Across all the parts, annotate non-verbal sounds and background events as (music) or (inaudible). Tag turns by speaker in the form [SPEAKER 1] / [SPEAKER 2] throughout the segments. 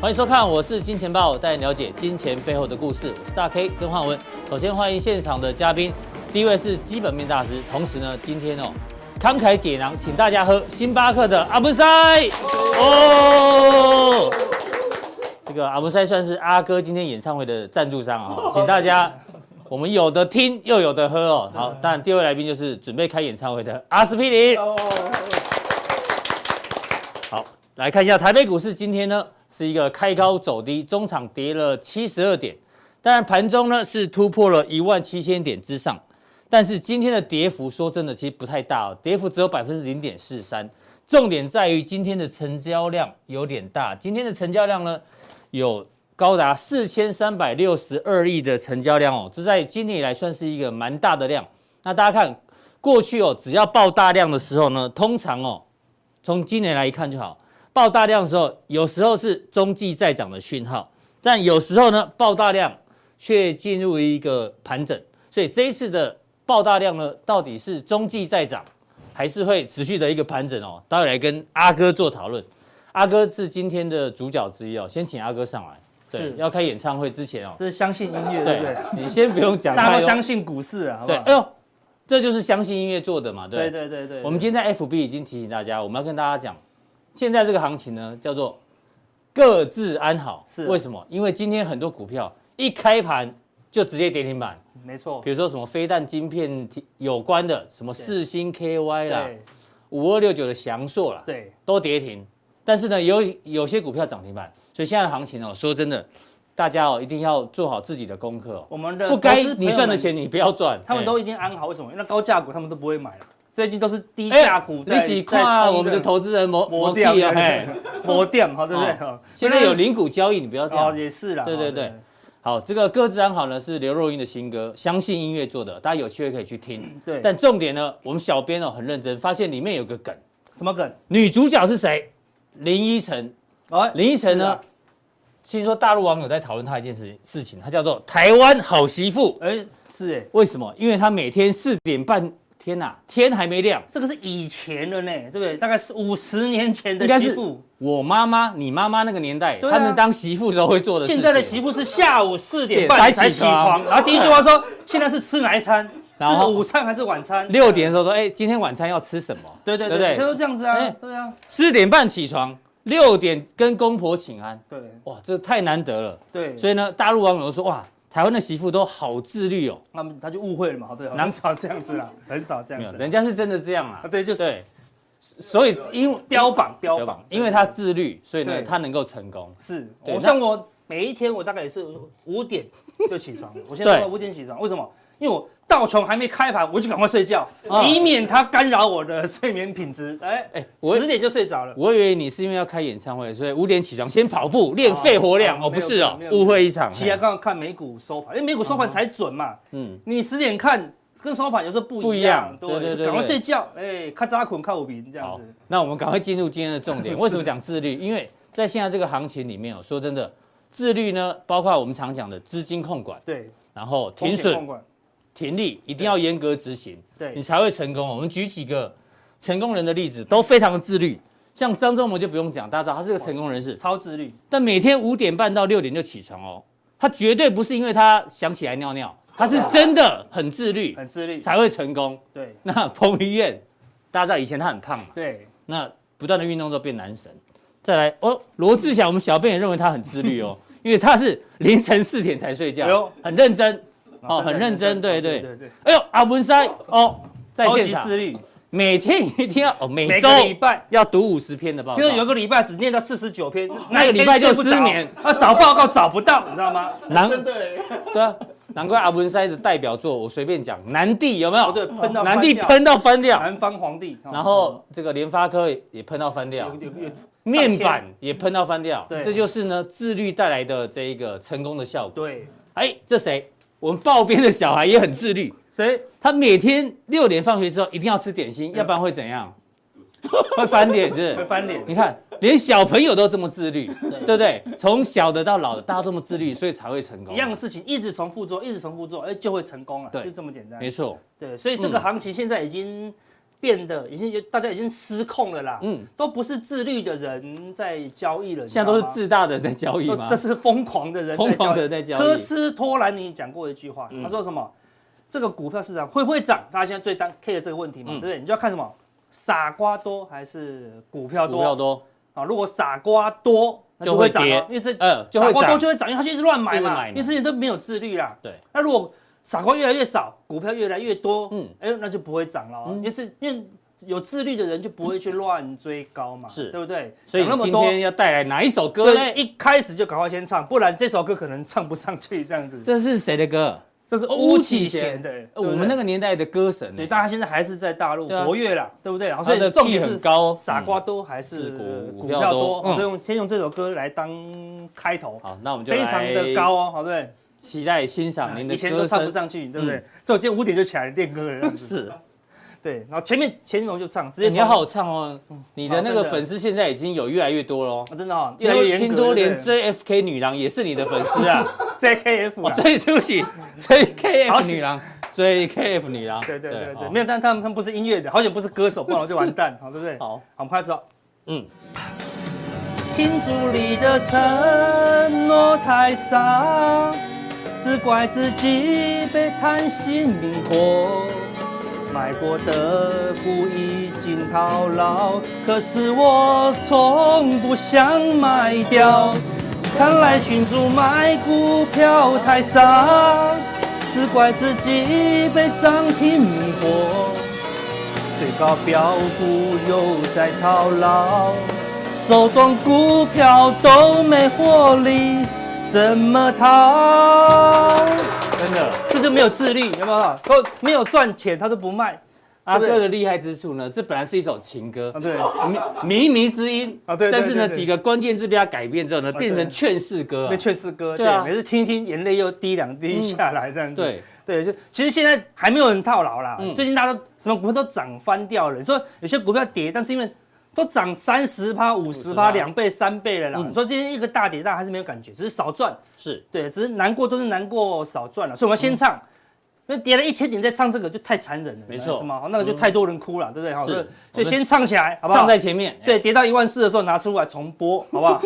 [SPEAKER 1] 欢迎收看，我是金钱豹，带你了解金钱背后的故事。我是大 K 曾焕文。首先欢迎现场的嘉宾，第一位是基本面大师，同时呢，今天哦，慷慨解囊，请大家喝星巴克的阿布塞哦。这个阿布塞算是阿哥今天演唱会的赞助商哦，请大家。我们有的听，又有的喝哦。好，当然第二位来宾就是准备开演唱会的阿司匹林。好，来看一下台北股市今天呢是一个开高走低，中场跌了七十二点，当然盘中呢是突破了一万七千点之上，但是今天的跌幅说真的其实不太大、哦，跌幅只有百分之零点四三。重点在于今天的成交量有点大，今天的成交量呢有高达四千三百六十二亿的成交量哦，这在今年以来算是一个蛮大的量。那大家看过去哦，只要爆大量的时候呢，通常哦从今年来看就好，爆大量的时候，有时候是中继在涨的讯号，但有时候呢，爆大量却进入一个盘整，所以这一次的爆大量呢，到底是中继在涨，还是会持续的一个盘整哦？待会来跟阿哥做讨论。阿哥是今天的主角之一哦，先请阿哥上来。对
[SPEAKER 2] 是，
[SPEAKER 1] 要开演唱会之前哦，
[SPEAKER 2] 这是相信音乐，
[SPEAKER 1] 对
[SPEAKER 2] 对不对？
[SPEAKER 1] 你先不用讲
[SPEAKER 2] 大家
[SPEAKER 1] 太
[SPEAKER 2] 都
[SPEAKER 1] 多，
[SPEAKER 2] 相信股市啊，好不
[SPEAKER 1] 对，
[SPEAKER 2] 好
[SPEAKER 1] 哎？呦，这就是相信音乐做的嘛，对不
[SPEAKER 2] 对对对对，
[SPEAKER 1] 我们今天在 FB 已经提醒大家，我们要跟大家讲，现在这个行情呢叫做各自安好。
[SPEAKER 2] 是
[SPEAKER 1] 为什么？因为今天很多股票一开盘就直接跌停板，
[SPEAKER 2] 没错，
[SPEAKER 1] 比如说什么飞弹晶片有关的，什么四星 KY 啦，
[SPEAKER 2] 对
[SPEAKER 1] 五二六九的翔硕啦，
[SPEAKER 2] 对，
[SPEAKER 1] 都跌停。但是呢，有有些股票涨停板，所以现在的行情哦，说真的，大家哦一定要做好自己的功课哦，
[SPEAKER 2] 我们的
[SPEAKER 1] 不该
[SPEAKER 2] 投资朋
[SPEAKER 1] 你
[SPEAKER 2] 友
[SPEAKER 1] 赚的
[SPEAKER 2] 们，
[SPEAKER 1] 钱你不要赚，
[SPEAKER 2] 他们
[SPEAKER 1] 哎
[SPEAKER 2] 都一定安好，为什么？因为那高价股他们都不会买了，最近都是低
[SPEAKER 1] 哎
[SPEAKER 2] 价股在
[SPEAKER 1] 你喜看啊我们的投资人磨
[SPEAKER 2] 磨
[SPEAKER 1] 磨
[SPEAKER 2] 掉
[SPEAKER 1] 地啊，
[SPEAKER 2] 对 (laughs)
[SPEAKER 1] 嘿，
[SPEAKER 2] 磨掉，好对不对？
[SPEAKER 1] 哦
[SPEAKER 2] 哦
[SPEAKER 1] 现在有零股交易，你不要这
[SPEAKER 2] 哦，
[SPEAKER 1] 样。
[SPEAKER 2] 也是啦，
[SPEAKER 1] 对
[SPEAKER 2] 哦
[SPEAKER 1] 对对好，这个各自安好呢是刘若英的新歌，相信音乐做的，大家有机会可以去听。
[SPEAKER 2] 嗯对，
[SPEAKER 1] 但重点呢，我们小编哦很认真，发现里面有个梗，
[SPEAKER 2] 什么梗？
[SPEAKER 1] 女主角是谁？林依晨。
[SPEAKER 2] 哦，
[SPEAKER 1] 林依晨
[SPEAKER 2] 是
[SPEAKER 1] 呢
[SPEAKER 2] 啊？，
[SPEAKER 1] 听说大陆网友在讨论她一件事事情，她叫做台湾好媳妇。
[SPEAKER 2] 哎，是哎，
[SPEAKER 1] 为什么？因为她每天四点半，天哪、天还没亮，
[SPEAKER 2] 这个是以前的呢，对不对？大概是五十年前的
[SPEAKER 1] 应该
[SPEAKER 2] 媳
[SPEAKER 1] 是
[SPEAKER 2] 妇，
[SPEAKER 1] 我妈妈、你妈妈那个年代，
[SPEAKER 2] 对啊
[SPEAKER 1] 他们当媳妇时候会做的事情。
[SPEAKER 2] 现在的媳妇是下午四点
[SPEAKER 1] 才
[SPEAKER 2] 半
[SPEAKER 1] 起
[SPEAKER 2] 才起
[SPEAKER 1] 床
[SPEAKER 2] 床，然后第一句话说：“现在是吃哪一餐？
[SPEAKER 1] 然后
[SPEAKER 2] 是午餐还是晚餐？”
[SPEAKER 1] 六点的时候说，哎、今天晚餐要吃什么？
[SPEAKER 2] 对对
[SPEAKER 1] 对
[SPEAKER 2] 对
[SPEAKER 1] 不对
[SPEAKER 2] 对，都这样子
[SPEAKER 1] 哎
[SPEAKER 2] 啊，对啊，
[SPEAKER 1] 四点半起床，六点跟公婆请安，
[SPEAKER 2] 对
[SPEAKER 1] 哇，这太难得了。
[SPEAKER 2] 对，
[SPEAKER 1] 所
[SPEAKER 2] 以
[SPEAKER 1] 以呢，大陆网友说，哇，台湾的媳妇都好自律哦，
[SPEAKER 2] 他们他就误会了嘛，对，很少这样
[SPEAKER 1] (laughs)
[SPEAKER 2] 子啦，啊很少这
[SPEAKER 1] 没
[SPEAKER 2] 样
[SPEAKER 1] 有，
[SPEAKER 2] 子
[SPEAKER 1] 人家是真的这样
[SPEAKER 2] 啊，
[SPEAKER 1] 啦。
[SPEAKER 2] 对，就是
[SPEAKER 1] 对，所以因为
[SPEAKER 2] 标榜标
[SPEAKER 1] 标
[SPEAKER 2] 榜
[SPEAKER 1] 榜，，因为她自律，所以呢，
[SPEAKER 2] 对
[SPEAKER 1] 她能够成功。
[SPEAKER 2] 是
[SPEAKER 1] 对那
[SPEAKER 2] 我像我每一天我大概也是五点就起床了，我现在
[SPEAKER 1] 对
[SPEAKER 2] 五点起床，为什么？因为我道琼还没开盘，我就赶快睡觉
[SPEAKER 1] 啊，
[SPEAKER 2] 以免它干扰我的睡眠品质。哎
[SPEAKER 1] 哎我
[SPEAKER 2] 十点就睡着了。
[SPEAKER 1] 我以为你是因为要开演唱会，所以五点起床先跑步练肺活量
[SPEAKER 2] 哦
[SPEAKER 1] 哦，
[SPEAKER 2] 哦
[SPEAKER 1] 不是哦
[SPEAKER 2] 没有没有没有
[SPEAKER 1] 误会一场。
[SPEAKER 2] 起来刚刚看美股收盘，因为美股收盘才准嘛。
[SPEAKER 1] 嗯，
[SPEAKER 2] 你十点看跟收盘有时候不
[SPEAKER 1] 不一
[SPEAKER 2] 一
[SPEAKER 1] 样
[SPEAKER 2] 样，
[SPEAKER 1] 对对
[SPEAKER 2] 就
[SPEAKER 1] 对
[SPEAKER 2] 赶快
[SPEAKER 1] 对
[SPEAKER 2] 睡觉，哎，看扎捆看五饼这样
[SPEAKER 1] 好
[SPEAKER 2] 子。，
[SPEAKER 1] 那我们赶快进入今天的重
[SPEAKER 2] (laughs)
[SPEAKER 1] 点。为什么讲自律？因为在现在这个行情里面哦，说真的，自律呢，包括我们常讲的资金控管，
[SPEAKER 2] 对，
[SPEAKER 1] 然后停
[SPEAKER 2] 风险
[SPEAKER 1] 损
[SPEAKER 2] 控、管，
[SPEAKER 1] 停利，一定要严格执行，你
[SPEAKER 2] 对，
[SPEAKER 1] 才会成功哦。我们举几个成功人的例子，都非常的自律。像张忠谋就不用讲，大家知道他是个成功人士，
[SPEAKER 2] 超自律，
[SPEAKER 1] 但每天五点半到六点就起床哦。他绝对不是因为他想起来尿尿，他是真的很自律
[SPEAKER 2] 很自律，
[SPEAKER 1] 才会成功。
[SPEAKER 2] 对
[SPEAKER 1] 那彭于晏，大家知道以前他很胖嘛，
[SPEAKER 2] 对，
[SPEAKER 1] 那不断的运动之后变男神。再来哦，罗志祥，我们小编也认为他很自律
[SPEAKER 2] (laughs)
[SPEAKER 1] 哦，因为他是凌晨四点才睡
[SPEAKER 2] 哎
[SPEAKER 1] 觉
[SPEAKER 2] 呦，
[SPEAKER 1] 很认真。哦
[SPEAKER 2] 啊
[SPEAKER 1] 很认真对对
[SPEAKER 2] 对对，
[SPEAKER 1] 哎呦，阿文塞哦，在
[SPEAKER 2] 超
[SPEAKER 1] 现
[SPEAKER 2] 级
[SPEAKER 1] 场
[SPEAKER 2] 自律，
[SPEAKER 1] 每天一定要哦，每
[SPEAKER 2] 每
[SPEAKER 1] 周
[SPEAKER 2] 个礼拜。
[SPEAKER 1] 要读五十篇的报告
[SPEAKER 2] 就是，有一个礼拜只念到四十九篇，
[SPEAKER 1] 那个礼拜就
[SPEAKER 2] 一天睡不着
[SPEAKER 1] 失眠，
[SPEAKER 2] 啊，找报告找不到，你知道吗？
[SPEAKER 1] (laughs) 难
[SPEAKER 2] 真的欸，
[SPEAKER 1] 对啊，难怪阿文塞的代表作我随便讲，南帝有没有？
[SPEAKER 2] 哦对喷到
[SPEAKER 1] 南帝
[SPEAKER 2] 翻掉
[SPEAKER 1] 喷到翻掉，
[SPEAKER 2] 南方皇帝，哦
[SPEAKER 1] 然后这个联发科也也喷到翻掉
[SPEAKER 2] 有，有有，
[SPEAKER 1] 面板也喷到翻掉，
[SPEAKER 2] 对
[SPEAKER 1] 这就是呢自律带来的这一个成功的效果。
[SPEAKER 2] 对，
[SPEAKER 1] 哎，这谁？我们报编的小孩也很自律，
[SPEAKER 2] 谁
[SPEAKER 1] 他每天六点放学之后一定要吃点心，要不然会怎样？会翻脸是不
[SPEAKER 2] 嗯 (laughs) 会
[SPEAKER 1] 是？
[SPEAKER 2] 翻脸？
[SPEAKER 1] 你看，连小朋友都这么自律，对不对？从小的到老的，大家都这么自律，所以才会成功。
[SPEAKER 2] 一样的事情一直重复做，一直重复做，哎，就会成功了，
[SPEAKER 1] 哦对
[SPEAKER 2] 就这么简单。
[SPEAKER 1] 没错，
[SPEAKER 2] 对，所以这个
[SPEAKER 1] 嗯
[SPEAKER 2] 行情现在已经变得已经就大家已经失控了啦，
[SPEAKER 1] 嗯
[SPEAKER 2] 嗯，都不是自律的人在交易了，你知
[SPEAKER 1] 现在都是
[SPEAKER 2] 道吗
[SPEAKER 1] 自大的在交易吗
[SPEAKER 2] 哦这？是疯狂的人在交易，
[SPEAKER 1] 疯狂的在交易嗯
[SPEAKER 2] 科斯托兰尼讲过一句话，他说什么？这个股票市场会不会涨？大家现在最担 care 这个问题嘛，
[SPEAKER 1] 嗯
[SPEAKER 2] 对不对？你就要看什么，傻瓜多还是股票
[SPEAKER 1] 股票
[SPEAKER 2] 多
[SPEAKER 1] 多，
[SPEAKER 2] 啊？如果傻瓜多，那就会涨
[SPEAKER 1] 就会
[SPEAKER 2] 哦
[SPEAKER 1] 跌，
[SPEAKER 2] 因为这
[SPEAKER 1] 呃，就
[SPEAKER 2] 傻
[SPEAKER 1] 会
[SPEAKER 2] 瓜多
[SPEAKER 1] 涨。
[SPEAKER 2] 就会涨，因为他就一直乱买
[SPEAKER 1] 一直
[SPEAKER 2] 嘛，
[SPEAKER 1] 买嘛
[SPEAKER 2] 因为之前都没有自律啦。
[SPEAKER 1] 对，
[SPEAKER 2] 那如果傻瓜越来越少，股票越来越多，
[SPEAKER 1] 嗯
[SPEAKER 2] 嗯，哎，那就不会涨了哦，因为是因为有自律的人就不会去乱追高嘛，
[SPEAKER 1] 是
[SPEAKER 2] 对不对？
[SPEAKER 1] 所以
[SPEAKER 2] 涨那
[SPEAKER 1] 你
[SPEAKER 2] 么
[SPEAKER 1] 今
[SPEAKER 2] 多。
[SPEAKER 1] 天要带来哪一首
[SPEAKER 2] 所
[SPEAKER 1] 歌
[SPEAKER 2] 以
[SPEAKER 1] 嘞？
[SPEAKER 2] 一开始就赶快先唱，不然这首歌可能唱不上去这样子。这
[SPEAKER 1] 这是谁的歌？
[SPEAKER 2] 是
[SPEAKER 1] 哦
[SPEAKER 2] 巫启贤的，对
[SPEAKER 1] 呃
[SPEAKER 2] 不对
[SPEAKER 1] 我们那个年代的歌神欸呢
[SPEAKER 2] 对，但他现在还是在大陆
[SPEAKER 1] 对啊
[SPEAKER 2] 活跃啦，对不对？然后
[SPEAKER 1] 他
[SPEAKER 2] 所以
[SPEAKER 1] 的
[SPEAKER 2] 重点
[SPEAKER 1] key
[SPEAKER 2] 是
[SPEAKER 1] 很高嗯
[SPEAKER 2] 傻瓜多还是
[SPEAKER 1] 是股
[SPEAKER 2] 股
[SPEAKER 1] 票
[SPEAKER 2] 票
[SPEAKER 1] 多
[SPEAKER 2] 多，
[SPEAKER 1] 嗯
[SPEAKER 2] 所以用先用这首歌来当开头，
[SPEAKER 1] 好，那我们就
[SPEAKER 2] 非常的
[SPEAKER 1] 来
[SPEAKER 2] 高哦，好对不对？
[SPEAKER 1] 期待欣赏您的
[SPEAKER 2] 以前
[SPEAKER 1] 歌
[SPEAKER 2] 都唱不
[SPEAKER 1] 声。嗯
[SPEAKER 2] 上去，对不对？所以我今天五点就起来练歌了，这样子。
[SPEAKER 1] 是，
[SPEAKER 2] 对，然后前面前面我就唱，直接
[SPEAKER 1] 欸你要
[SPEAKER 2] 从
[SPEAKER 1] 好好唱哦。你的那个
[SPEAKER 2] 嗯好真的
[SPEAKER 1] 粉丝现在已经有越来越多喽。
[SPEAKER 2] 啊真的哦，越来越严格。
[SPEAKER 1] 听多连
[SPEAKER 2] 对不对
[SPEAKER 1] JFK 女郎也是你的粉丝
[SPEAKER 2] (laughs)
[SPEAKER 1] 啊！
[SPEAKER 2] JKF
[SPEAKER 1] 哦，
[SPEAKER 2] 啦，
[SPEAKER 1] 对，对不起
[SPEAKER 2] 好
[SPEAKER 1] ，JKF
[SPEAKER 2] 险
[SPEAKER 1] 女郎，JKF 女郎，
[SPEAKER 2] 对对对对，
[SPEAKER 1] 哦
[SPEAKER 2] 没有，但他们他们不是音乐的，好久不是歌手，不然我就
[SPEAKER 1] (laughs)
[SPEAKER 2] 完蛋，好对不对？
[SPEAKER 1] 好，
[SPEAKER 2] 好，我们开始哦。
[SPEAKER 1] 嗯，
[SPEAKER 2] 听主你的承诺太傻，只怪自己被贪心迷惑。买过的股已经套牢，可是我从不想卖掉。看来群主买股票太傻，只怪自己被涨停迷惑。最高标股又在套牢，手中股票都没获利，怎么逃？
[SPEAKER 1] 真的。
[SPEAKER 2] 这就没有自律，有没有？都没有赚钱，他都不卖
[SPEAKER 1] 阿
[SPEAKER 2] 对不对
[SPEAKER 1] 哥的厉害之处呢，这本来是一首情歌
[SPEAKER 2] 啊！，对，
[SPEAKER 1] 靡靡之音
[SPEAKER 2] 啊对对
[SPEAKER 1] 但是呢，
[SPEAKER 2] 对对
[SPEAKER 1] 几个关键字被他改变之后呢，变成
[SPEAKER 2] 对
[SPEAKER 1] 劝世歌啊
[SPEAKER 2] 那。确实哥，
[SPEAKER 1] 对啊
[SPEAKER 2] 对，每次听一听，眼泪又滴两滴下来，这样子。
[SPEAKER 1] 对，
[SPEAKER 2] 对，就其实现在还没有人套牢啦。
[SPEAKER 1] 嗯
[SPEAKER 2] 最近大家都什么股票都涨翻掉了，你说有些股票跌，但是因为都涨三十趴、五十趴、
[SPEAKER 1] 50%
[SPEAKER 2] 两倍、三倍了啦。
[SPEAKER 1] 嗯
[SPEAKER 2] 你说今天一个大跌，大家还是没有感觉，只是少赚。
[SPEAKER 1] 是
[SPEAKER 2] 对，只是难过都是难过少赚了，所以我们要先唱。因为跌了一千点再唱这个就太残忍了，
[SPEAKER 1] 嗯没错嗯
[SPEAKER 2] 什么那个就太多人哭了，对不对？好，
[SPEAKER 1] 是我
[SPEAKER 2] 所以所
[SPEAKER 1] 们
[SPEAKER 2] 以先唱起来，好不好？
[SPEAKER 1] 唱在前面。
[SPEAKER 2] 对，跌到一万四的时候拿出来重播，好
[SPEAKER 1] (laughs)
[SPEAKER 2] 不好？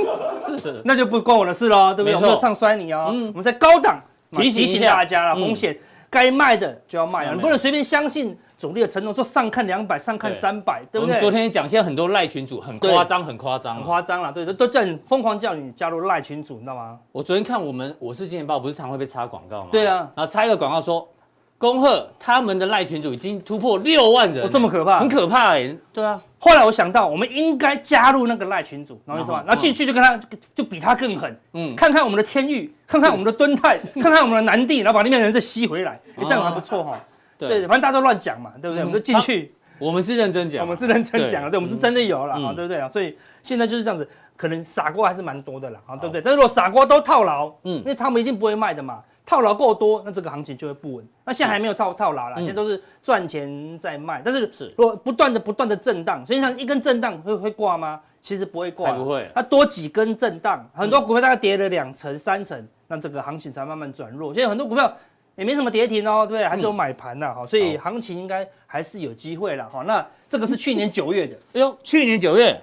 [SPEAKER 2] 那就不关我的事喽，对不
[SPEAKER 1] 没错嗯
[SPEAKER 2] 对？我们有唱摔你哦，我们在高档
[SPEAKER 1] 提醒一下
[SPEAKER 2] 提醒大家了，
[SPEAKER 1] 嗯
[SPEAKER 2] 风险该卖的就要卖啊，
[SPEAKER 1] 嗯
[SPEAKER 2] 你不能随便相信主力的承诺，说上看两百，上看
[SPEAKER 1] 对
[SPEAKER 2] 三百，对
[SPEAKER 1] 我
[SPEAKER 2] 不
[SPEAKER 1] 们
[SPEAKER 2] 对？
[SPEAKER 1] 昨天也讲，现在很多赖群主很夸张，很夸张
[SPEAKER 2] 很
[SPEAKER 1] 啊。
[SPEAKER 2] 夸张了，对，都都叫你疯狂叫你加入赖群组，你知道吗？
[SPEAKER 1] 我昨天看我们《我是金钱豹》，不是常会被插广告吗？
[SPEAKER 2] 对啊
[SPEAKER 1] 然后插一个广告说，恭贺他们的赖群主已经突破六万人了，
[SPEAKER 2] 哦这么可怕
[SPEAKER 1] 很可怕哎。对啊，
[SPEAKER 2] 后来我想到，我们应该加入那个赖群组，然后就什么
[SPEAKER 1] 嗯，
[SPEAKER 2] 然后进去就跟他就就比他更狠，
[SPEAKER 1] 嗯
[SPEAKER 2] 嗯，看看我们的天域，看看我们的敦泰，看看我们的南地，然后把那边的人再吸回来，哎，这样还不错哈。对，
[SPEAKER 1] 对，
[SPEAKER 2] 反正大家都乱讲嘛，对不对？
[SPEAKER 1] 嗯
[SPEAKER 2] 我们就进去，
[SPEAKER 1] 我们是认真讲，
[SPEAKER 2] 我们是认真讲
[SPEAKER 1] 对
[SPEAKER 2] 的，对，我们是真的有了，
[SPEAKER 1] 嗯
[SPEAKER 2] 啊对不对啊？所以现在就是这样子，可能傻瓜还是蛮多的啦，啊，对不对？但是如果傻瓜都套牢，
[SPEAKER 1] 嗯
[SPEAKER 2] 嗯，因为他们一定不会卖的嘛，套牢够多，那这个行情就会不稳。那现在还没有套套牢啦，
[SPEAKER 1] 嗯
[SPEAKER 2] 现在都是赚钱在卖，但是
[SPEAKER 1] 是
[SPEAKER 2] 如果不断的不断的震荡，所以像一根震荡会会挂吗？其实不会挂，
[SPEAKER 1] 还不会嗯
[SPEAKER 2] 它多几根震荡，很多股票大概跌了两成、三成，那这个行情才慢慢转弱。现在很多股票也没什么跌停哦，对不对？还是
[SPEAKER 1] 嗯
[SPEAKER 2] 有买盘的哈，所以行情应该还是有机会了哈。那这个是去年九月的
[SPEAKER 1] 哎呦，去年九月，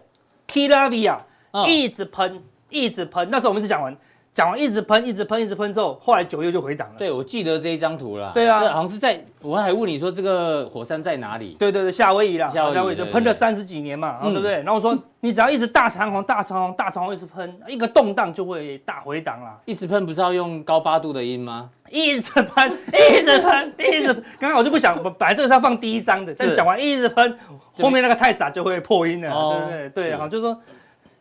[SPEAKER 2] Kilavia
[SPEAKER 1] 嗯
[SPEAKER 2] 一直喷，一直喷，那时候我们是讲完，讲完一直喷，一直喷，一直喷之后，后来九月就回档了。
[SPEAKER 1] 对我记得这一张图啦。
[SPEAKER 2] 对啊
[SPEAKER 1] 这好像是在，我还问你说这个火山在哪里？
[SPEAKER 2] 对对对，夏威夷啦，
[SPEAKER 1] 夏威夷
[SPEAKER 2] 夏威夷
[SPEAKER 1] 对
[SPEAKER 2] 就
[SPEAKER 1] 对
[SPEAKER 2] 喷了
[SPEAKER 1] 对
[SPEAKER 2] 三十几年嘛，然后
[SPEAKER 1] 嗯
[SPEAKER 2] 对不对？然后我说你只要一直大长虹、大长虹、大长虹一直喷，一个动荡就会大回档啦。
[SPEAKER 1] 一直喷不是要用高八度的音吗？
[SPEAKER 2] 一直喷，
[SPEAKER 1] (laughs)
[SPEAKER 2] 一直喷，一直喷。刚刚我就不想， (laughs) 本来这个是要放第一章的，但
[SPEAKER 1] 是
[SPEAKER 2] 讲完一直喷，
[SPEAKER 1] 就
[SPEAKER 2] 后面那个太傻就会破音了，
[SPEAKER 1] 哦
[SPEAKER 2] 对不对？对，
[SPEAKER 1] 是
[SPEAKER 2] 好，就是说